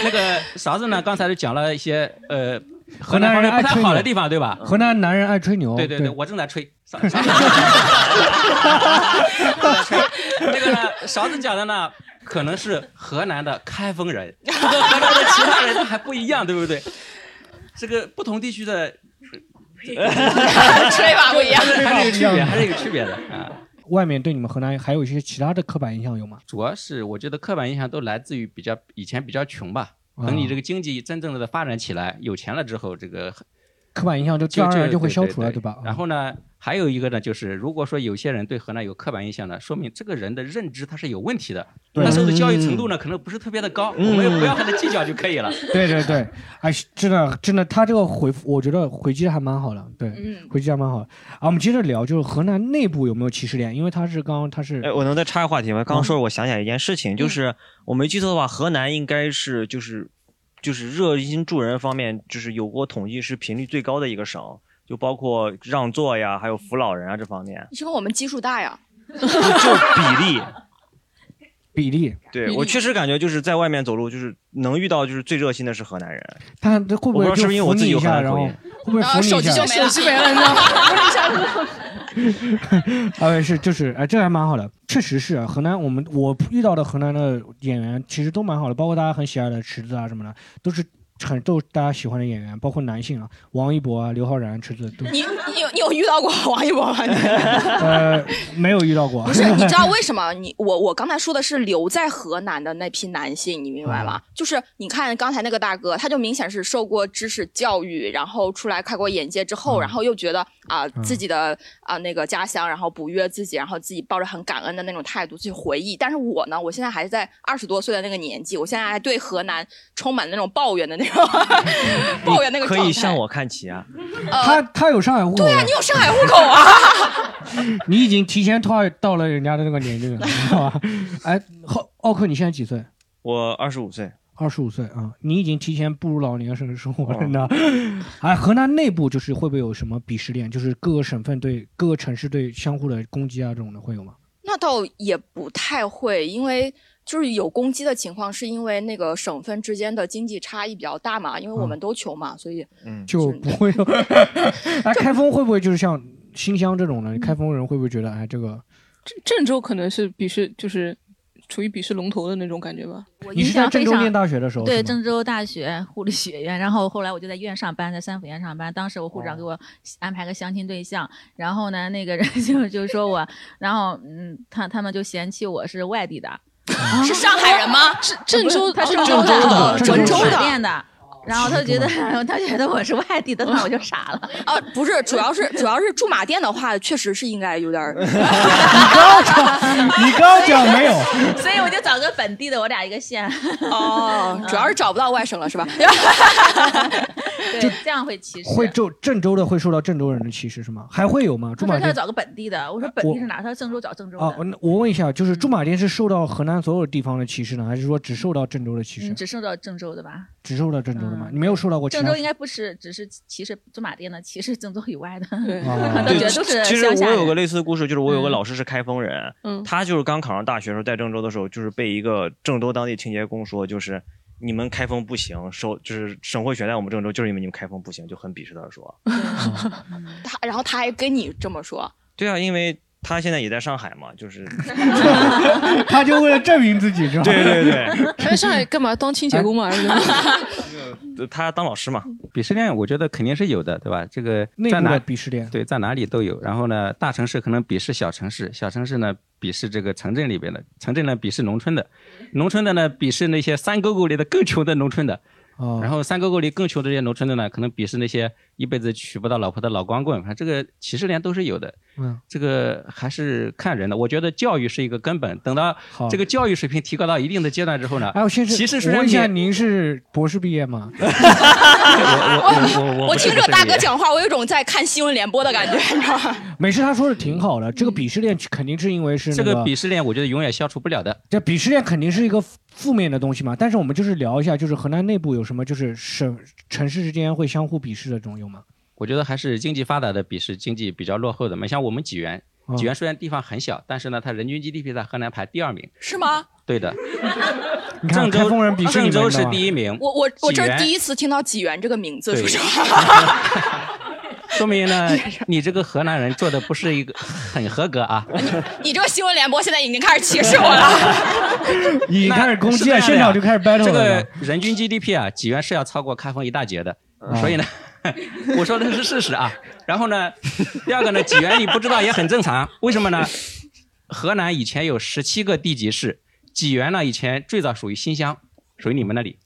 Speaker 4: 那个勺子呢，刚才就讲了一些呃
Speaker 2: 河
Speaker 4: 河
Speaker 2: 南
Speaker 4: 南
Speaker 2: 人
Speaker 4: 方面
Speaker 2: 爱
Speaker 4: 不太
Speaker 2: 吹
Speaker 4: 好
Speaker 2: 牛嗯
Speaker 4: 的地方，对吧？
Speaker 2: 河南男人爱吹牛。
Speaker 4: 对对对，我正在吹。勺这个呢， [laughs] 勺子讲的呢，可能是河南的开封人， [laughs] 这个河南的其他人还不一样，对不对？这个不同地区的
Speaker 3: [laughs] 吹法不一样
Speaker 4: 还是还是有区
Speaker 2: 吹法不一
Speaker 4: 别，
Speaker 2: 样
Speaker 4: 还是有区别的啊。
Speaker 2: 外面对你们河南还有一些其他的刻板印象有吗？
Speaker 4: 主要是我觉得刻板印象都来自于比较以前比较穷吧。
Speaker 2: 啊
Speaker 4: 等你这个经济真正的发展起来，有钱了之后，这个
Speaker 2: 刻板印象就自然而然就会消除了，
Speaker 4: 对
Speaker 2: 吧？
Speaker 4: 然后呢，还有一个呢，就是如果说有些人对河南有刻板印象呢，说明这个人的认知他是有问题的，
Speaker 2: 对
Speaker 4: 那受的教育程度呢，可能不是特别的高，
Speaker 2: 嗯
Speaker 4: 我们也不要和他计较就可以了。
Speaker 2: 对对对，哎，真的真的，他这个回复我觉得回击的还蛮好的，对，
Speaker 1: 嗯
Speaker 2: 回击还蛮好的。啊，我们接着聊，就是河南内部有没有歧视链？因为他是刚刚他是，
Speaker 1: 哎，我能再插个话题吗？刚刚说，我想起来一件事情，
Speaker 3: 嗯
Speaker 1: 就是我没记错的话，河南应该是就是就是热心助人方面，就是有过统计是频率最高的一个省，就包括让座呀，还有扶老人啊这方面
Speaker 3: 你是跟我们基数大呀？
Speaker 1: 比例。
Speaker 2: 比例，
Speaker 1: 对
Speaker 2: 比例
Speaker 1: 我确实感觉就是在外面走路，就是能遇到就是最热心的是河南人。
Speaker 2: 他会不
Speaker 1: 我
Speaker 2: 会
Speaker 1: 不知道是
Speaker 2: 就
Speaker 1: 不是因为我
Speaker 2: 扶
Speaker 1: 自
Speaker 2: 你
Speaker 1: 己有
Speaker 2: 一
Speaker 1: 河
Speaker 2: 下，
Speaker 1: 南
Speaker 2: 然后
Speaker 1: 口
Speaker 2: 会
Speaker 1: 音
Speaker 2: 不会扶你一下？
Speaker 5: 手机没了，你知道吗？我
Speaker 2: [laughs] 啊，是就是，哎，这还蛮好的，确实是啊河南。我们我遇到的河南的演员其实都蛮好的，包括大家很喜爱的池子啊什么的，都是很都是大家喜欢的演员，包括男性啊，王一博啊、刘昊然、池子都。
Speaker 3: 你你有你有遇到过王一博吗？你
Speaker 2: 呃，没有遇到过。
Speaker 3: 不是，你知道为什么你我我刚才说的是留在河南的那批男性，你明白吗？就是你看刚才那个大哥，他就明显是受过知识教育，然后出来开阔眼界之后，然后又觉得啊、
Speaker 9: 嗯
Speaker 3: 自己的啊、那个家乡，然后哺育自己，然后自己抱着很感恩的那种态度去回忆。但是我呢，我现在还在二十多岁的那个年纪，我现在还对河南充满那种抱怨的那种抱怨那个
Speaker 1: 可
Speaker 3: 状态。
Speaker 1: 以向我看齐啊！
Speaker 2: 他他有上海户口，
Speaker 3: 对啊，你有上海户口啊？
Speaker 2: [laughs] 你已经提前到到了人家的那个年龄了，你知道吧？哎，浩奥克，你现在几岁？
Speaker 1: 我二十五岁，
Speaker 2: 二十五岁啊，你已经提前步入老年生生活了呢。哎，河南内部就是会不会有什么鄙视链？就是各个省份对各个城市对相互的攻击啊，这种的会有吗？
Speaker 3: 那倒也不太会，因为就是有攻击的情况，是因为那个省份之间的经济差异比较大嘛，因为我们都穷嘛，所以
Speaker 1: 嗯，
Speaker 2: 就不会有。哎，开封会不会就是像新乡这种的？开封人会不会觉得哎这个？
Speaker 5: [laughs] 郑州可能是鄙视，就是处于鄙视龙头的那种感觉吧。
Speaker 6: 我
Speaker 2: 你
Speaker 6: 印
Speaker 2: 是在
Speaker 6: 象
Speaker 2: 郑
Speaker 6: 非
Speaker 2: 州
Speaker 6: 常
Speaker 2: 念
Speaker 5: [laughs]
Speaker 2: 大学的时候
Speaker 6: 对
Speaker 2: 是吗
Speaker 6: 郑州大学护理学院，然后后来我就在医院上班，在三附院上班。当时我护士长给我安排个相亲对象，然后呢，那个人 [laughs] 就就说我，然后嗯，他他们就嫌弃我是外地的， [laughs]
Speaker 3: 是上海人吗？
Speaker 6: 是
Speaker 5: 郑州
Speaker 6: 他是
Speaker 5: 哦
Speaker 6: 州
Speaker 5: 郑州的郑
Speaker 6: 温
Speaker 5: 州的
Speaker 6: 州
Speaker 5: 是
Speaker 6: 海淀的。
Speaker 3: 哦
Speaker 6: 然后他觉得
Speaker 5: 是
Speaker 6: [laughs]
Speaker 5: 吗，
Speaker 6: 他觉得我是外地的，那我就傻了。
Speaker 3: [laughs] 啊，不是，主要是主要是驻马店的话，确实是应该有点儿。
Speaker 2: 你刚讲没有，有。
Speaker 6: [laughs] 所以我就找个本地的，我俩一个县。
Speaker 3: 哦， [laughs] 主要是找不到外省了是吧？
Speaker 6: [laughs] 对，这样会歧视。
Speaker 2: 会郑郑州的会受到郑州人的歧视是吗？还会有吗？
Speaker 6: 他
Speaker 2: 驻
Speaker 6: 说
Speaker 2: 马
Speaker 6: 他要
Speaker 2: 店
Speaker 6: 找个本地的，我说本地是哪？他说郑州找郑州
Speaker 2: 啊，
Speaker 6: 的，
Speaker 2: 我我问一下，就是驻马店是受到河南所有地方的歧视呢，还是说只受到郑州的歧视
Speaker 6: 嗯，？只剩到郑州的吧。
Speaker 2: 只受到郑州的吗？你没有受到过其
Speaker 6: 郑
Speaker 2: 他
Speaker 6: 州应该不是只是歧视驻马店的，歧视郑州以外的， [laughs]
Speaker 3: [laughs]
Speaker 2: 啊
Speaker 6: [laughs] 都觉得都是
Speaker 1: 其实
Speaker 6: 乡下
Speaker 1: 我有个
Speaker 6: 人。
Speaker 1: 类似的故事，就是我有个老师是开封人，
Speaker 6: 嗯
Speaker 1: 他就是刚考上大学的时候，在郑州的时候，就是被一个郑州当地清洁工说，就是你们开封不行，收就是省会选在我们郑州，就是因为你们开封不行，就很鄙视他说。
Speaker 3: 他然后他还跟你这么说，
Speaker 1: 对啊，因为他现在也在上海嘛，
Speaker 6: [laughs]
Speaker 1: 就是
Speaker 2: [laughs] 他就为了证明自己是吧？
Speaker 1: 对对对，
Speaker 5: 来哎上海干嘛？当清洁工嘛？是吧
Speaker 1: 他当老师嘛，
Speaker 4: 鄙视链我觉得肯定是有的，对吧？这个
Speaker 2: 内
Speaker 4: 在
Speaker 2: 部
Speaker 4: 哪
Speaker 2: 的鄙视链
Speaker 4: 对，在哪里都有。然后呢，大城市可能鄙视小城市，小城市呢鄙视这个城镇里边的，城镇呢鄙视农村的，农村的呢鄙视那些山沟沟里的更穷的农村的。
Speaker 2: 哦
Speaker 4: 然后山沟沟里更穷的这些农村的呢，可能鄙视那些一辈子娶不到老婆的老光棍，反正这个歧视链都是有的。
Speaker 2: [laughs] 嗯，
Speaker 4: 这个还是看人的。我觉得教育是一个根本，等到
Speaker 2: 好
Speaker 4: 这个教育水平提高到一定的阶段之后呢，
Speaker 2: 哎，我先是
Speaker 4: 歧视虽
Speaker 2: 我
Speaker 4: 然
Speaker 2: 问一下，
Speaker 4: [laughs] 免
Speaker 2: 您是博士毕业
Speaker 4: [laughs]
Speaker 2: 吗？
Speaker 4: 我我我
Speaker 3: 我听着
Speaker 2: 不是
Speaker 3: 大哥讲话，我有种在看新闻联播的感觉，你知道吗？
Speaker 2: 没事，他说的挺好的。这
Speaker 6: 嗯
Speaker 2: 个鄙视链肯定是因为是
Speaker 4: 这
Speaker 2: 个
Speaker 4: 个鄙视链，我觉得永远消除不了的。
Speaker 2: 这鄙视链肯定是一个负负面的东西嘛，但是我们就是聊一下，就是河南内部有什么就是省城市之间会相互鄙视的这种有吗？
Speaker 4: 我觉得还是经济发达的鄙视经济比较落后的嘛。像我们济源，
Speaker 2: 嗯
Speaker 4: 济源虽然地方很小，但是呢，它人均 GDP 在河南排第二名。
Speaker 3: 是 [laughs] 吗？
Speaker 4: 对的，
Speaker 2: 你看
Speaker 4: 郑州
Speaker 2: 开封人鄙视你
Speaker 4: 郑州
Speaker 2: 们
Speaker 4: 是
Speaker 2: 的吗
Speaker 4: 第一名。
Speaker 3: 我我我
Speaker 4: 济
Speaker 3: 这是
Speaker 4: 源
Speaker 3: 第一次听到济源这个名字，
Speaker 4: 对
Speaker 3: 说实话。
Speaker 4: 说明呢， [laughs] 你这个河南人做的不是一个很合格
Speaker 3: [laughs]
Speaker 4: 啊。
Speaker 3: [laughs] 你这个新闻联播现在已经开始歧视我了。
Speaker 4: [laughs]
Speaker 2: [laughs] 已经
Speaker 4: 那
Speaker 2: 开始攻
Speaker 4: 是
Speaker 2: 击
Speaker 4: 这
Speaker 2: 了，
Speaker 4: 样的
Speaker 2: 现
Speaker 4: 呀
Speaker 2: 场就开始 battle 了。
Speaker 4: 这个人均 GDP 啊，济源是要超过开封一大截的，
Speaker 2: 嗯
Speaker 4: 所以
Speaker 2: [laughs]
Speaker 4: 呢，我说的是事实啊。然后呢，第二个呢，济源你不知道也很正常，为什么呢？河南以前有十七个地级市，济源呢以前最早属于新乡，属于你们那里，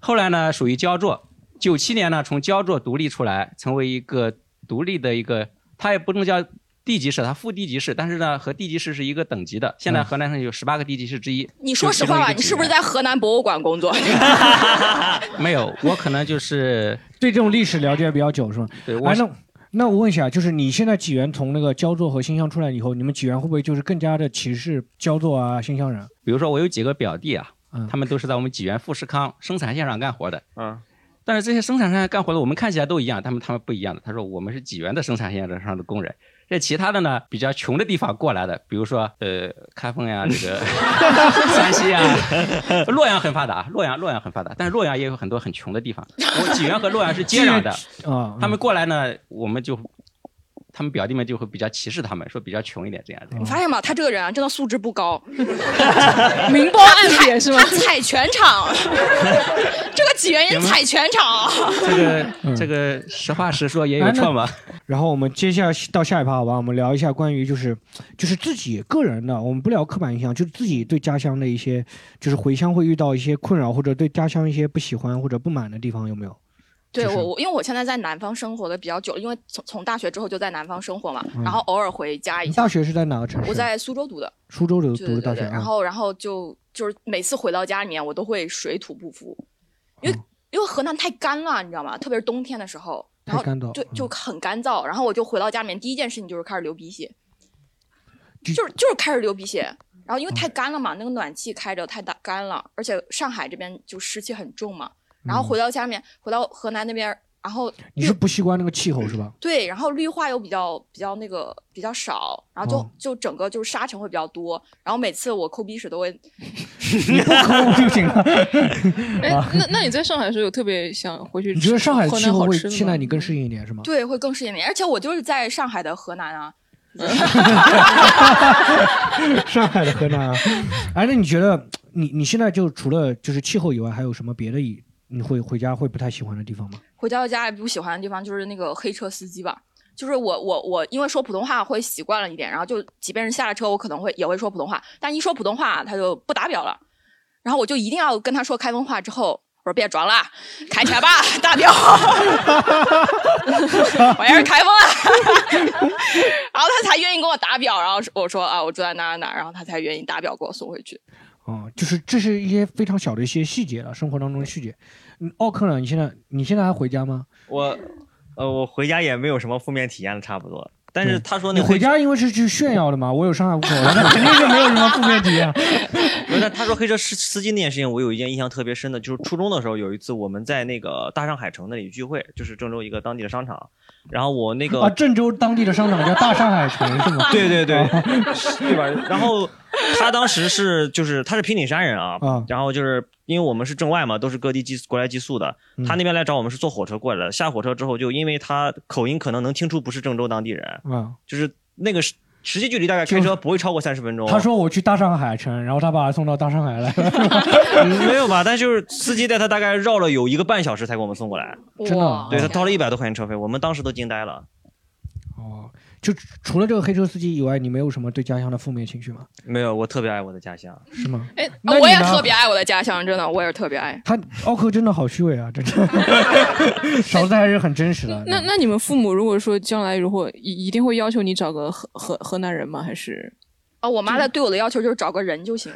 Speaker 4: 后来呢属于焦作，九七年呢从焦作独立出来，成为一个独立的一个，它也不能叫。地级市，它副地级市，但是呢，和地级市是一个等级的。现在河南省有十八个地级市之一。
Speaker 3: 嗯你说
Speaker 4: 就
Speaker 3: 实
Speaker 4: 其中
Speaker 3: 话
Speaker 4: 一
Speaker 3: 吧，
Speaker 4: 个
Speaker 3: 你
Speaker 4: 济
Speaker 3: 是不是
Speaker 4: 源
Speaker 3: 在河南博物馆
Speaker 4: [laughs]
Speaker 3: 工作？
Speaker 4: 没有，我可能就是
Speaker 2: 对这种历史了解比较久是吗？
Speaker 4: 对我
Speaker 2: 哎，
Speaker 4: 是
Speaker 2: 那那我问一下，就是你现在济源从那个焦作和新乡出来以后，你们济源会不会就是更加的歧视焦作啊、新乡人？
Speaker 4: 比如说我有几个表弟啊，他们都是在我们济源富士康生产线上干活的，
Speaker 10: 嗯，
Speaker 4: 但是这些生产线干活的我们看起来都一样，他们他们不一样的。他说我们是济源的生产线上的工人，这其他的呢比较穷的地方过来的，比如说呃开封呀，这个 [laughs] 山西呀，洛阳很发达，洛阳洛阳很发达，但是洛阳也有很多很穷的地方。我济源和洛阳是接壤的，
Speaker 2: 啊，
Speaker 4: 他们过来呢，我们就他们表弟们就会比较歧视他们，说比较穷一点这样子。
Speaker 3: 你发现吗？他这个人啊，真的素质
Speaker 4: [laughs]
Speaker 3: 不高，明褒暗贬是吗？他踩全场，
Speaker 4: [laughs]
Speaker 3: 这个济源人踩全场。
Speaker 4: 这个这个实话实说也有错嘛。
Speaker 2: 然后我们接下来到下一趴，好吧？我们聊一下关于就是就是自己个人的，我们不聊刻板印象，就是自己对家乡的一些，就是回乡会遇到一些困扰，或者对家乡一些不喜欢或者不满的地方，有没有？
Speaker 3: 对
Speaker 2: 就是
Speaker 3: 我我，因为我现在在南方生活的比较久，因为从从大学之后就在南方生活嘛，
Speaker 2: 嗯
Speaker 3: 然后偶尔回家一
Speaker 2: 你
Speaker 3: 下。
Speaker 2: 大学是在哪个城市？
Speaker 3: 哎我在苏州读的，
Speaker 2: 苏州读读
Speaker 3: 对对
Speaker 2: 的大
Speaker 3: 对
Speaker 2: 学
Speaker 3: 对，然
Speaker 2: 啊。
Speaker 3: 后然后就就是每次回到家里面，我都会水土不服，因
Speaker 2: 哦
Speaker 3: 为、因为河南太干了，你知道吗？特别是冬天的时候，然后
Speaker 2: 太干燥
Speaker 3: 就
Speaker 2: 嗯
Speaker 3: 就很干燥。然后我就回到家里面，第一件事情就是开始流鼻血，就是就是开始流鼻血。然后因为
Speaker 2: 哦
Speaker 3: 太干了嘛，那个暖气开着太大干了，而且上海这边就湿气很重嘛。然后
Speaker 2: 嗯
Speaker 3: 回到家里面，回到河南那边，然后
Speaker 2: 你是不习惯那个气候是
Speaker 3: [laughs]
Speaker 2: 吧？
Speaker 3: 对，然后绿化又比较比较那个比较少，然后就、
Speaker 2: 哦
Speaker 3: 就整个就是沙尘会比较多，然后每次我抠鼻屎都会，
Speaker 2: 你不抠
Speaker 3: 哦
Speaker 2: 不就行了？
Speaker 5: 哎， [laughs] 那那你在上海的时候有特别想回去吃？
Speaker 2: 你觉得上海的
Speaker 5: 河
Speaker 2: 气
Speaker 5: 南
Speaker 2: 候
Speaker 5: 好
Speaker 2: 会
Speaker 5: 吃的吗
Speaker 2: 现在你更适应一点是吗？
Speaker 3: 对，会更适应点。而且我就是在上海的河南啊，
Speaker 2: [laughs]
Speaker 3: [laughs]
Speaker 2: 上海的河南 [laughs] 啊。哎，那你觉得你你现在就除了就是气候以外，还有什么别的以你会回家会不太喜欢的地方吗？
Speaker 3: 回到家里不喜欢的地方就是那个黑车司机吧，就是我我我因为说普通话会习惯了一点，然后就即便是下了车，我可能会也会说普通话，但一说普通话他就不打表了，然后我就一定要跟他说开封话之后，我说别装了，开车吧， [laughs] 大彪， [laughs] 我要是开封了，然后他才愿意给我打表，然后我说啊，我住在哪儿哪儿，然后他才愿意打表给我送回去。
Speaker 2: 啊、就是这是一些非常小的一些细节了，生活当中的细节。嗯奥克呢？你现在你现在还回家吗？
Speaker 1: 我，呃，我回家也没有什么负面体验了，差不多。但是他说那
Speaker 2: 你
Speaker 1: 个
Speaker 2: 回家因为是去炫耀的嘛，我有上海户口， [laughs] 那肯定就没有什么负面体验。
Speaker 1: 不是，但他说黑车司司机那件事情，我有一件印象特别深的，就是初中的时候有一次我们在那个大上海城那里聚会，就是郑州一个当地的商场，然后我 [laughs] 那个
Speaker 2: 啊，郑州当地的商场叫大上海城是吗？
Speaker 1: 对对
Speaker 2: [laughs]
Speaker 1: 对
Speaker 2: 啊，
Speaker 1: 对吧？然后他当时是就是他是平顶山人啊，
Speaker 2: 啊
Speaker 1: 然后就是因为我们是正外嘛，都是各地寄过来寄宿的，
Speaker 2: 嗯
Speaker 1: 他那边来找我们是坐火车过来的，下火车之后就因为他口音可能能听出不是郑州当地人，
Speaker 2: [laughs] 啊，
Speaker 1: 就是那个时实际距离大概开车不会超过三十分钟。
Speaker 2: 他说我去大上海城，然后他把他送到大上海来，
Speaker 1: 嗯 [laughs] 没有吧？但就是司机带他大概绕了有一个半小时才给我们送过来，
Speaker 2: 真的啊
Speaker 1: 对他掏了一百多块钱车费，我们当时都惊呆了。
Speaker 2: 就除了这个黑车司机以外，你没有什么对家乡的负面情绪吗？
Speaker 1: 没有，我特别爱我的家乡。
Speaker 2: 是吗？
Speaker 3: 哎，
Speaker 2: 那你
Speaker 3: 我也
Speaker 2: 呢
Speaker 3: 特别爱我的家乡，真的，我也特别爱。
Speaker 2: 他奥克真的好虚伪啊，真的， [laughs] 勺子还是很真实的。 [laughs]
Speaker 5: 那那你们父母如果说将来如果一一定会要求你找个河河河南人吗？还是
Speaker 3: 啊，我妈的对我的要求就是找个人就行，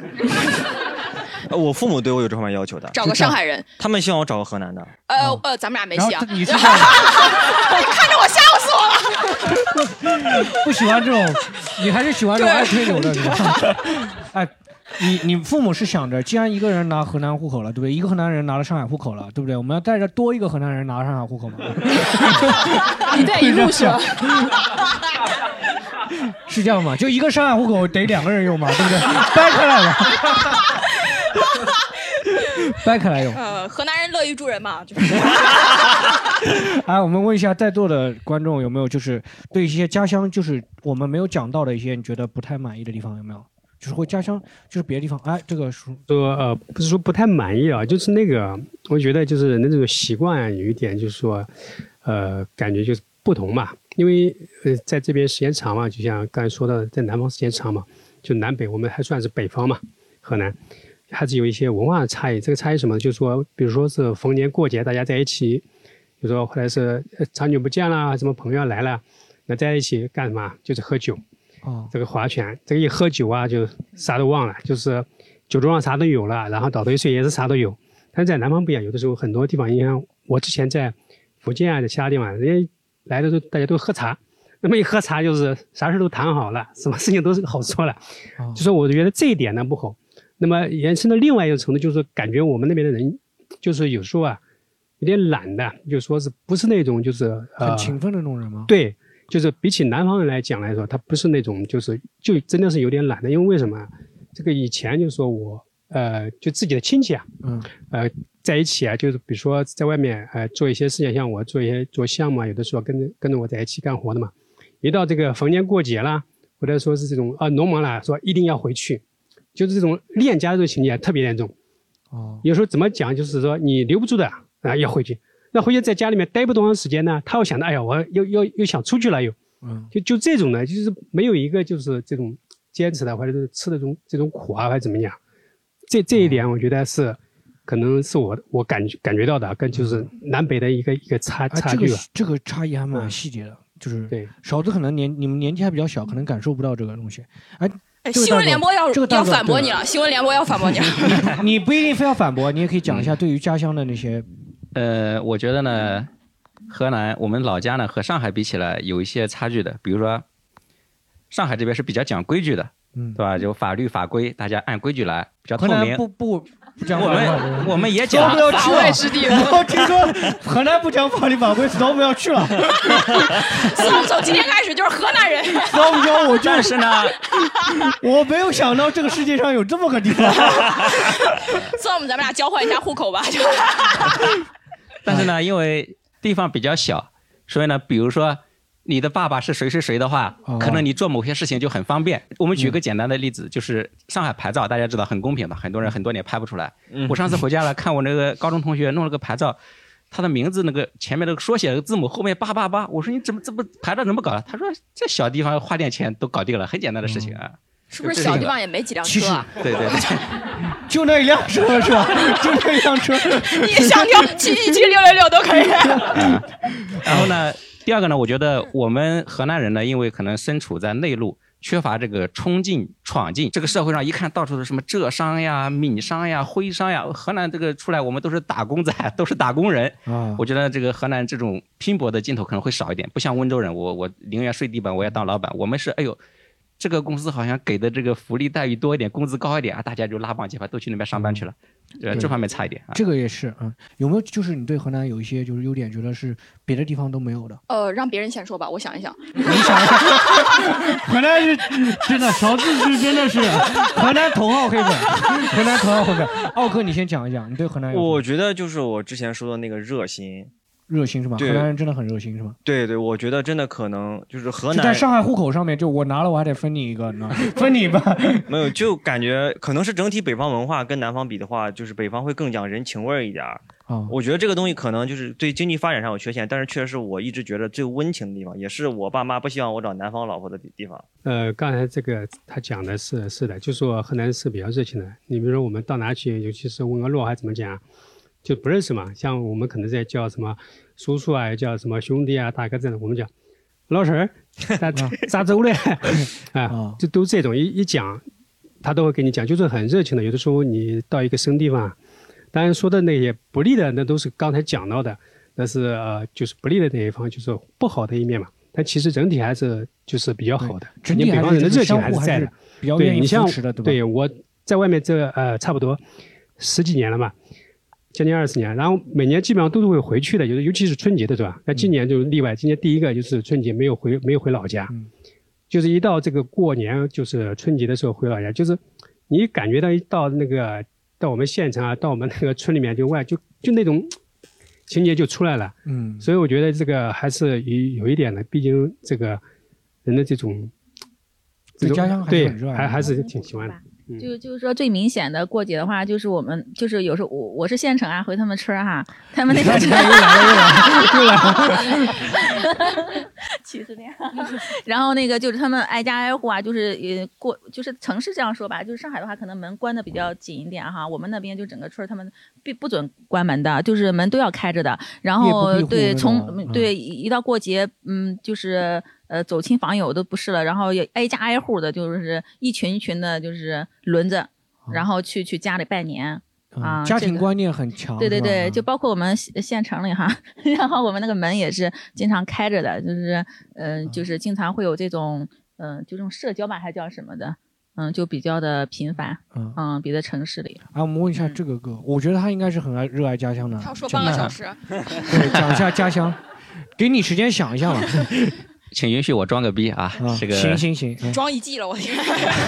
Speaker 1: 呃我父母对我有这方面要求的，
Speaker 3: 找个上海人。
Speaker 1: 他们希望我找个河南的。
Speaker 3: 呃呃，咱们俩没戏
Speaker 1: 然
Speaker 3: 啊！
Speaker 1: 后你是这样
Speaker 3: [laughs] 看着我吓死我了。
Speaker 2: 不喜欢这种，你还是喜欢这种爱吹牛的，是
Speaker 5: 啊
Speaker 2: 吧？ [laughs] 哎，你你父母是想着，既然一个人拿河南户口了，对不对？一个河南人拿了上海户口了，对不对？我们要带着多一个河南人拿上海
Speaker 5: [laughs]
Speaker 2: 户口嘛？
Speaker 3: [laughs]
Speaker 5: 一带一路是吧？
Speaker 2: 是这样吗？就一个上海户口得两个人用嘛，对不对？掰开来嘛，掰开来用。
Speaker 3: 呃，河南人乐于助人嘛，就是
Speaker 2: [laughs] 哎，我们问一下在座的观众有没有就是对一些家乡就是我们没有讲到的一些你觉得不太满意的地方有没有？就是会家乡就是别的地方，哎，这个说
Speaker 8: 说呃，不是说不太满意啊，就是那个，我觉得就是人的这种习惯啊，有一点就是说，呃，感觉就是不同嘛。因为呃，在这边时间长嘛，就像刚才说的，在南方时间长嘛，就南北我们还算是北方嘛，河南还是有一些文化的差异。这个差异是什么呢？就是说，比如说是逢年过节大家在一起，比如说或者是呃长久不见啦，什么朋友来了，那在一起干什么？就是喝酒。
Speaker 2: 哦，
Speaker 8: 这个划拳，这个一喝酒啊，就啥都忘了，就是酒桌上啥都有了，然后倒头一睡也是啥都有。但是在南方不一样，有的时候很多地方，你看我之前在福建啊，在其他地方，人家来的时候大家都喝茶，那么一喝茶就是啥事都谈好了，什么事情都是好说了。
Speaker 2: 哦
Speaker 8: 就说我觉得这一点呢不好。那么延伸到另外一种程度，就是感觉我们那边的人，就是有时候啊，有点懒的，就说是不是那种就是呃
Speaker 2: 很勤奋的那种人吗？
Speaker 8: 对，就是比起南方人来讲来说，他不是那种就是就真的是有点懒的，因为为什么啊？这个以前就说我呃就自己的亲戚啊，
Speaker 2: 嗯，
Speaker 8: 呃在一起啊，就是比如说在外面呃做一些事情，像我做一些做项目啊，有的时候跟着跟着我在一起干活的嘛，一到这个逢年过节啦，或者说是这种啊农忙啦，说一定要回去，就是这种恋家这种情节啊特别严重。
Speaker 2: 哦，
Speaker 8: 有时候怎么讲，就是说你留不住的啊，要回去。那回去在家里面待不多长时间呢，他又想到，哎呀，我又又又想出去了又，
Speaker 2: [laughs] 嗯，
Speaker 8: 就就这种呢，就是没有一个就是这种坚持的，或者是吃的这种这种苦啊，还是怎么样？这这一
Speaker 2: 嗯
Speaker 8: 点我觉得是，可能是我我感觉感觉到的，啊跟就是南北的一个一个差
Speaker 2: 哎，
Speaker 8: 差
Speaker 2: 嗯这
Speaker 8: 距啊
Speaker 2: 个
Speaker 8: 了。
Speaker 2: 是这个差异还蛮细节的，就是
Speaker 8: 对
Speaker 2: 勺子可能年你们年纪还比较小，可能感受不到这个东西。哎，
Speaker 3: 哎
Speaker 2: 这个
Speaker 3: 新闻
Speaker 2: 大
Speaker 3: 联
Speaker 2: 哥
Speaker 3: 播要
Speaker 2: 这个大
Speaker 3: 要
Speaker 2: 哥
Speaker 3: 反驳
Speaker 2: 对
Speaker 3: 你了，新闻联播要反驳
Speaker 2: [laughs]
Speaker 3: 你了。
Speaker 2: 你不一定非要反驳，你也可以讲一
Speaker 8: 嗯
Speaker 2: 下对于家乡的那些
Speaker 4: 呃，我觉得呢，河南我们老家呢和上海比起来有一些差距的，比如说上海这边是比较讲规矩的，
Speaker 2: 嗯
Speaker 4: 对吧？就法律法规，大家按规矩来，比较透
Speaker 2: 河南
Speaker 4: 明。
Speaker 2: 不不不讲
Speaker 4: 我
Speaker 2: 法律法
Speaker 4: 们
Speaker 2: 规
Speaker 4: 我们也
Speaker 2: 子刀
Speaker 4: 讲
Speaker 2: 不要去
Speaker 4: 法
Speaker 2: 了
Speaker 4: 外之地
Speaker 2: [laughs] 然后听说河南不讲法律法
Speaker 4: [laughs]
Speaker 2: 规，子刀不要去了。
Speaker 3: [laughs] 从从今天开始就是河南人。
Speaker 2: 子刀不教我就
Speaker 4: 但是呢，
Speaker 2: [laughs] 我没有想到这个世界上有这么个地
Speaker 3: [laughs]
Speaker 2: 方。
Speaker 3: [laughs] 算我们咱们俩交换一下户口吧，就
Speaker 4: [laughs] 但是
Speaker 2: 哎
Speaker 4: 呢，因为地方比较小，所以呢，比如说你的爸爸是谁谁谁的话，
Speaker 2: 哦
Speaker 4: 可能你做某些事情就很方便。我们举
Speaker 2: 嗯
Speaker 4: 个简单的例子，就是上海牌照，大家知道很公平的，很多人很多年拍不出来。
Speaker 1: 嗯
Speaker 4: 我上次回家了，看我那个高中同学弄了个牌照。他的名字那个前面那个缩写的字母后面八八八，我说你怎么这不牌照怎么搞的？他说这小地方花点钱都搞定了，很简单的事情啊。
Speaker 3: 是不是小地方也没几辆
Speaker 2: 其
Speaker 3: 车
Speaker 4: [laughs]
Speaker 2: 实
Speaker 3: 啊？
Speaker 4: 对对对，
Speaker 2: [laughs] 就那一辆车是吧？就那一辆车，
Speaker 3: [laughs] 你想要七一七六六六
Speaker 4: [laughs]
Speaker 3: 都可以。
Speaker 2: [laughs]
Speaker 4: 然后呢，第二个呢，我觉得我们河南人呢，因为可能身处在内陆，缺乏这个冲劲、闯劲。这个社会上一看到处都是什么浙商呀、闽商呀、徽商呀，河南这个出来，我们都是打工仔，都是打工人。
Speaker 2: 啊
Speaker 4: 我觉得这个河南这种拼搏的劲头可能会少一点，不像温州人，我我宁愿睡地板，我也当老板。我们是哎呦。这个公司好像给的这个福利待遇多一点，工资高一点啊，大家就拉帮结派，都去那边上班去了，呃，
Speaker 2: 对
Speaker 4: 这方面差一点啊。 [laughs]
Speaker 2: 这个也是啊、嗯有没有就是你对河南有一些就是优点，觉得是别的地方都没有的？
Speaker 3: 呃，让别人先说吧，
Speaker 6: [laughs]
Speaker 3: 我想一想。
Speaker 2: [laughs] 河南是真的，勺子是真的是河南头号黑粉，河南头号黑粉。奥克，你先讲一讲，你对河南有什么
Speaker 1: 我觉得就是我之前说的那个热心，
Speaker 2: 热心是吗？河
Speaker 1: 对
Speaker 2: 南人真的很热心是吗？
Speaker 1: 对对，我觉得真的可能就是河
Speaker 2: 就
Speaker 1: 南
Speaker 2: 在上海户口上面，就我拿了我还得分你一个，你知道吗？
Speaker 4: 嗯
Speaker 2: 分你一半。
Speaker 1: 没有，就感觉可能是整体北方文化跟南方比的话，就是北方会更讲人情味儿一点儿。
Speaker 8: 嗯
Speaker 2: 啊
Speaker 1: 我觉得这个东西可能就是对经济发展上有缺陷，但是确实是我一直觉得最温情的地方，也是我爸妈不希望我找南方老婆的地地方。
Speaker 8: 呃，刚才这个他讲的是是的，就说河南是比较热情的。你比如说我们到哪去，尤其是问个路还怎么讲，就不认识嘛。像我们可能在叫什么叔叔啊，叫什么兄弟啊、大哥这种，我们讲老婶
Speaker 2: [laughs]
Speaker 8: 儿，咋 [laughs] 咋咋走嘞？啊，就都这种一一讲，他都会给你讲，就是很热情的。有的时候你到一个生地方，啊当然说的那些不利的，那都是刚才讲到的，那是呃就是不利的那一方，就是不好的一面嘛。但其实整体还是就是比较好的，
Speaker 2: 整
Speaker 8: 你
Speaker 2: 体
Speaker 8: 北
Speaker 2: 还
Speaker 8: 方
Speaker 2: 是
Speaker 8: 人的
Speaker 2: 就是
Speaker 8: 热情
Speaker 2: 相
Speaker 8: 还
Speaker 2: 互
Speaker 8: 是在
Speaker 2: 还
Speaker 8: 的
Speaker 2: 是。比较
Speaker 8: 对
Speaker 2: 愿意
Speaker 8: 你像
Speaker 2: 扶持的，对吧？
Speaker 8: 对我在外面这呃差不多十几年了嘛，将近二十年，然后每年基本上都是会回去的，尤尤其是春节的，对
Speaker 2: 嗯
Speaker 8: 吧？那今年就例外，今年第一个就是春节没有回没有回老
Speaker 2: 嗯
Speaker 8: 家，就是一到这个过年就是春节的时候回老家，就是你感觉到一到那个到我们县城啊，到我们那个村里面就外就就那种情节就出来了。
Speaker 2: 嗯，
Speaker 8: 所以我觉得这个还是有有一点的，毕竟这个人的这种，这
Speaker 2: 对
Speaker 8: 种
Speaker 2: 家乡还是
Speaker 8: 对
Speaker 2: 很热爱的嗯
Speaker 8: 还还是挺喜欢的。
Speaker 6: 就就是说最明显的过节的话，就是我们就是有时候我我是县城啊，回他们村儿哈，他们那个
Speaker 2: 你看又来了又来了又来
Speaker 6: 了，歧视
Speaker 3: [laughs]
Speaker 6: 恋。 [laughs] 然后那个就是他们挨家挨户啊，就是呃过就是城市这样说吧，就是上海的话可能门关的比较紧一点哈，我们那边就整个村儿他们必不准关门的，就是门都要开着的。然
Speaker 9: 夜不闭
Speaker 6: 后
Speaker 9: 户那
Speaker 6: 对
Speaker 9: 种
Speaker 6: 从
Speaker 9: 嗯
Speaker 6: 对一一到过节，嗯，就是呃走亲访友都不是了，然后也挨家挨户的，就是一群一群的，就是轮着，然后去去家里拜年。啊，
Speaker 2: 嗯家
Speaker 6: 这
Speaker 2: 庭
Speaker 6: 个
Speaker 2: 观念很强，
Speaker 6: 对对
Speaker 2: 是吧嗯
Speaker 6: 对，就包括我们县县城里哈， [laughs] 然后我们那个门也是经常开着的，就是嗯、呃就是经常会有这种嗯、呃就这种社交吧，还叫什么的，嗯，就比较的频繁，
Speaker 2: 嗯
Speaker 6: 别的城市里，
Speaker 2: 啊，我们问一下这个哥，我觉得他应该是很爱热爱家乡的。
Speaker 6: 嗯
Speaker 2: 啊
Speaker 6: 他要说
Speaker 2: 讲
Speaker 6: 半个
Speaker 2: 一下
Speaker 6: 小时
Speaker 2: [laughs] 对，讲一下家乡，给你时间想一下嘛。
Speaker 4: 请允许我装个逼啊，这个
Speaker 2: 行行行，嗯
Speaker 3: 装一季了，
Speaker 6: [laughs]
Speaker 3: 我天！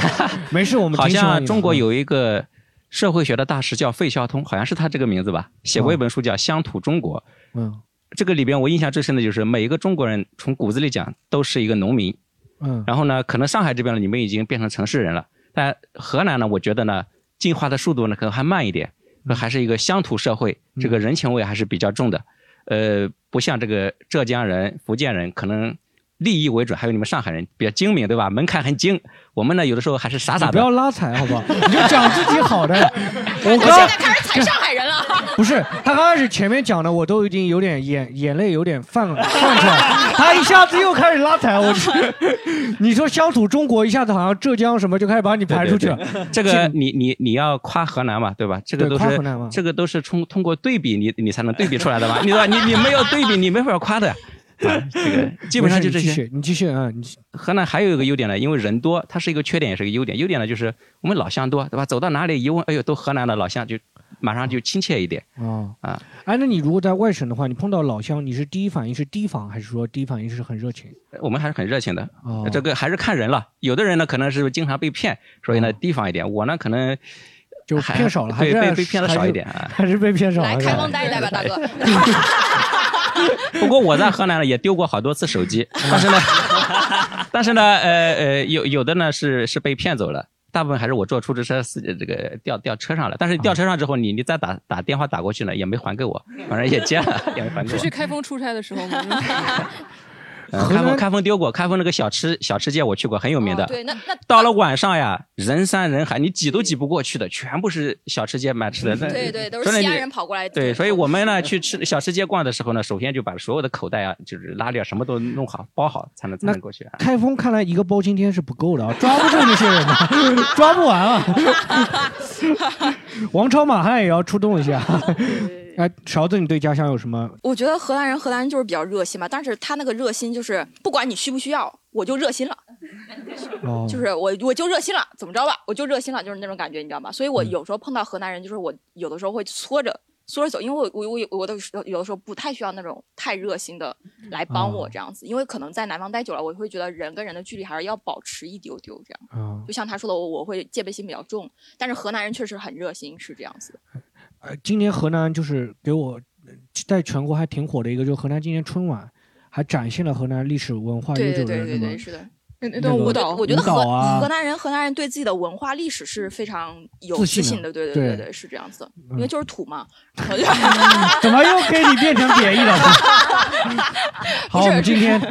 Speaker 2: [laughs] 没事，我们
Speaker 4: 好
Speaker 2: 挺喜欢
Speaker 4: 像
Speaker 2: 你的嗯
Speaker 4: 中国有一个社会学的大师叫费孝通，好像是他这个名字吧，写过一本书叫《乡土中国》。
Speaker 2: 嗯
Speaker 4: 这个里边我印象最深的就是每一个中国人从骨子里讲都是一个农民。
Speaker 2: 嗯，
Speaker 4: 然后呢，可能上海这边呢，你们已经变成城市人了，但河南呢，我觉得呢，进化的速度呢可能还慢一点，还是一个乡土社会，
Speaker 2: 嗯
Speaker 4: 这个人情味还是比较重的。呃，不像这个浙江人、福建人，可能利益为准，还有你们上海人比较精明，对吧？门槛很精。我们呢，有的时候还是傻傻的。
Speaker 2: 你不要拉踩好不好？你就讲自己好的。
Speaker 6: [laughs]
Speaker 2: 我
Speaker 3: 我
Speaker 2: 刚
Speaker 3: 现在开始踩上海人了。
Speaker 2: 不是他刚开始前面讲的，我都已经有点眼眼泪有点泛泛出来，他一下子又开始拉踩我。 [laughs] 你说乡土中国一下子好像浙江什么就开始把 [laughs] 你排出去了
Speaker 4: 对。对对这个你你你要夸河南嘛，对吧？这个
Speaker 2: 对
Speaker 4: 都
Speaker 2: 夸河南嘛
Speaker 4: 是这个都是通通过对比你你才能对比出来的
Speaker 2: [laughs]
Speaker 4: 嘛，你对吧？你你没有对比，你没法夸的。啊，这个 [laughs] 基本上就这
Speaker 2: 没事你
Speaker 4: 些
Speaker 2: 继续。你继续啊，你
Speaker 4: 河南还有一个优点呢，因为人多，它是一个缺点，也是个优点。优点呢就是我们老乡多，对吧？走到哪里一问，哎呦，都河南的老乡，就马上就亲切一点
Speaker 2: 啊。
Speaker 4: 啊。
Speaker 2: 哎，那你如果在外省的话，你碰到老乡，你是第一反应是提防，还是说第一反应是很热情？
Speaker 4: 我们还是很热情的
Speaker 2: 哦，
Speaker 4: 这个还是看人了。有的人呢，可能是经常被骗，所以呢提防一点。我呢，可能
Speaker 2: 哦就
Speaker 4: 还
Speaker 2: 骗少了，还
Speaker 4: 对
Speaker 2: 是
Speaker 4: 哎被被骗的
Speaker 2: 还是
Speaker 4: 少一点啊。
Speaker 2: 还是被骗少了。
Speaker 3: 来
Speaker 2: 是
Speaker 3: 开
Speaker 2: 吧
Speaker 3: 封待一待吧，大哥。
Speaker 4: [laughs] 不过我在河南呢也丢过好多次手
Speaker 3: [laughs]
Speaker 4: 机，但是呢， [laughs] 但是呢，呃呃，有有的呢是是被骗走了，大部分还是我坐出租车司这个掉掉车上了。但是掉车上之后，你你再打打电话打
Speaker 3: [laughs]
Speaker 4: 过去呢，也没还给我，反正也接了，也没还给
Speaker 5: 出去
Speaker 4: 我。
Speaker 5: [laughs] 开封出差的时候嘛，
Speaker 4: 呃
Speaker 7: 河
Speaker 4: 开封
Speaker 7: 南
Speaker 4: 开封丢过，开封那个小吃小吃街我去过，很有名的。
Speaker 3: 哦对，那那
Speaker 4: 到了晚上呀，人山人海，你挤都挤不过去的，全部是小吃街买吃的。那
Speaker 3: 对对，都
Speaker 4: 所
Speaker 3: 是
Speaker 4: 以呢
Speaker 3: 西安
Speaker 4: 你
Speaker 3: 人跑过来。
Speaker 4: 对，所以我们呢去吃小吃街逛的时候呢，首先就把所有的口袋啊，就是拉链什么都弄好包好，才能才能过去啊。
Speaker 2: 开封看来一个包今天是不够的啊，抓不住这些人的，抓不完啊。 [laughs] 王朝马汉也要出动一下。哎，勺子，你对家乡有什么？
Speaker 3: 我觉得荷兰人，荷兰人就是比较热心嘛，但是他那个热心就是不管你需不需要，我就热心了，
Speaker 2: 哦
Speaker 3: 就是我我就热心了，怎么着吧，我就热心了，就是那种感觉，你知道吗？所以我有时候碰到河南人，就是我有的时候会缩着缩着走，因为我我我我的时候有的时候不太需要那种太热心的来帮我
Speaker 2: 哦
Speaker 3: 这样子，因为可能在南方待久了，我会觉得人跟人的距离还是要保持一丢丢这样。
Speaker 2: 啊，
Speaker 3: 就像他说的，我我会戒备心比较重，但是河南人确实很热心，是这样子的。
Speaker 2: 呃，今年河南就是给我在全国还挺火的一个，就是河南今年春晚还展现了河南历史文化悠
Speaker 3: 对
Speaker 2: 久
Speaker 3: 对
Speaker 2: 的
Speaker 3: 对
Speaker 2: 那
Speaker 3: 对
Speaker 2: 么
Speaker 3: 对，是的。
Speaker 5: 那那
Speaker 2: 那
Speaker 5: 段
Speaker 2: 个
Speaker 5: 舞
Speaker 3: 我觉
Speaker 5: 蹈
Speaker 3: 得，我觉得河、
Speaker 2: 舞蹈啊
Speaker 3: 河南人，河南人对自己的文化历史是非常有
Speaker 2: 自
Speaker 3: 自
Speaker 2: 信
Speaker 3: 信
Speaker 2: 的
Speaker 3: 的，对对
Speaker 2: 对
Speaker 3: 对对，是这样子的，因
Speaker 2: 嗯
Speaker 3: 为就是土嘛。 [laughs]
Speaker 2: 怎么又给你变成贬义了？ [laughs] 好，
Speaker 3: 不是
Speaker 2: 我们今天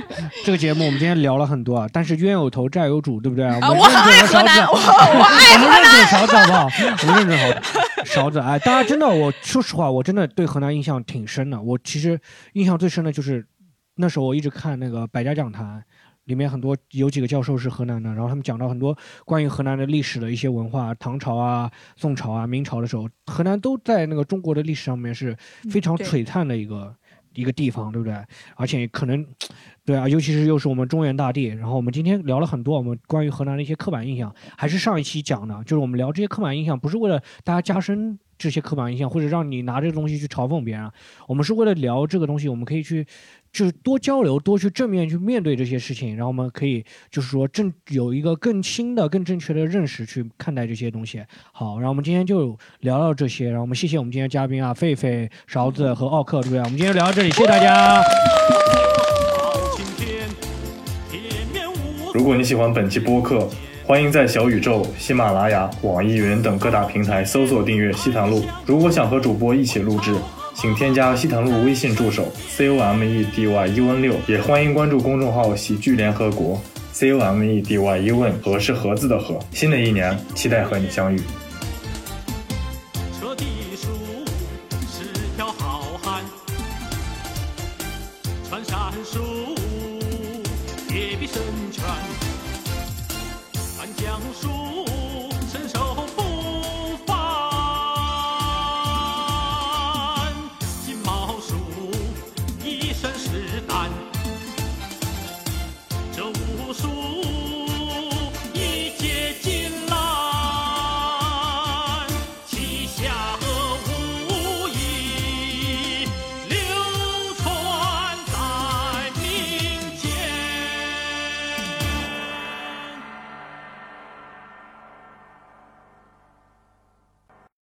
Speaker 2: 这个节目，我们今天聊了很多啊，但是冤有头债有主，对不对啊？
Speaker 3: 啊，
Speaker 2: 们
Speaker 3: 我很爱
Speaker 2: 认
Speaker 3: 河
Speaker 2: 准了
Speaker 3: 南，
Speaker 2: 勺
Speaker 3: 我
Speaker 2: 子，
Speaker 3: 我爱
Speaker 2: 我
Speaker 3: 河
Speaker 2: 们
Speaker 3: 南。
Speaker 2: 认准勺子好不好？我们认准好勺子。哎，大家真的，我说实话，我真的对河南印象挺深的。我其实印象最深的就是那时候我一直看那个百家讲坛。里面很多有几个教授是河南的，然后他们讲到很多关于河南的历史的一些文化，唐朝啊、宋朝啊、明朝的时候，河南都在那个中国的历史上面是非常
Speaker 3: 嗯对
Speaker 2: 璀璨的一个、一个地方，对不对？而且可能，对啊，尤其是又是我们中原大地，然后我们今天聊了很多我们关于河南的一些刻板印象，还是上一期讲的，就是我们聊这些刻板印象，不是为了大家加深这些刻板印象，或者让你拿这个东西去嘲讽别人啊，我们是为了聊这个东西，我们可以去就是多交流，多去正面去面对这些事情，然后我们可以就是说正有一个更新的、更正确的认识去看待这些东西。好，然后我们今天就聊到这些，然后我们谢谢我们今天嘉宾啊，狒狒、勺子和奥克，对不对？我们今天聊到这里，谢谢大家。
Speaker 9: 如果你喜欢本期播客，欢迎在小宇宙、喜马拉雅、网易云等各大平台搜索订阅《西塘路》。如果想和主播一起录制，请添加西塘路微信助手 c o m e d y u n 六，也欢迎关注公众号“喜剧联合国 ”c o m e d y u n 和是盒子的盒。新的一年，期待和你相遇。
Speaker 11: 车的叔是条好汉，穿山术，铁臂身拳，翻江术，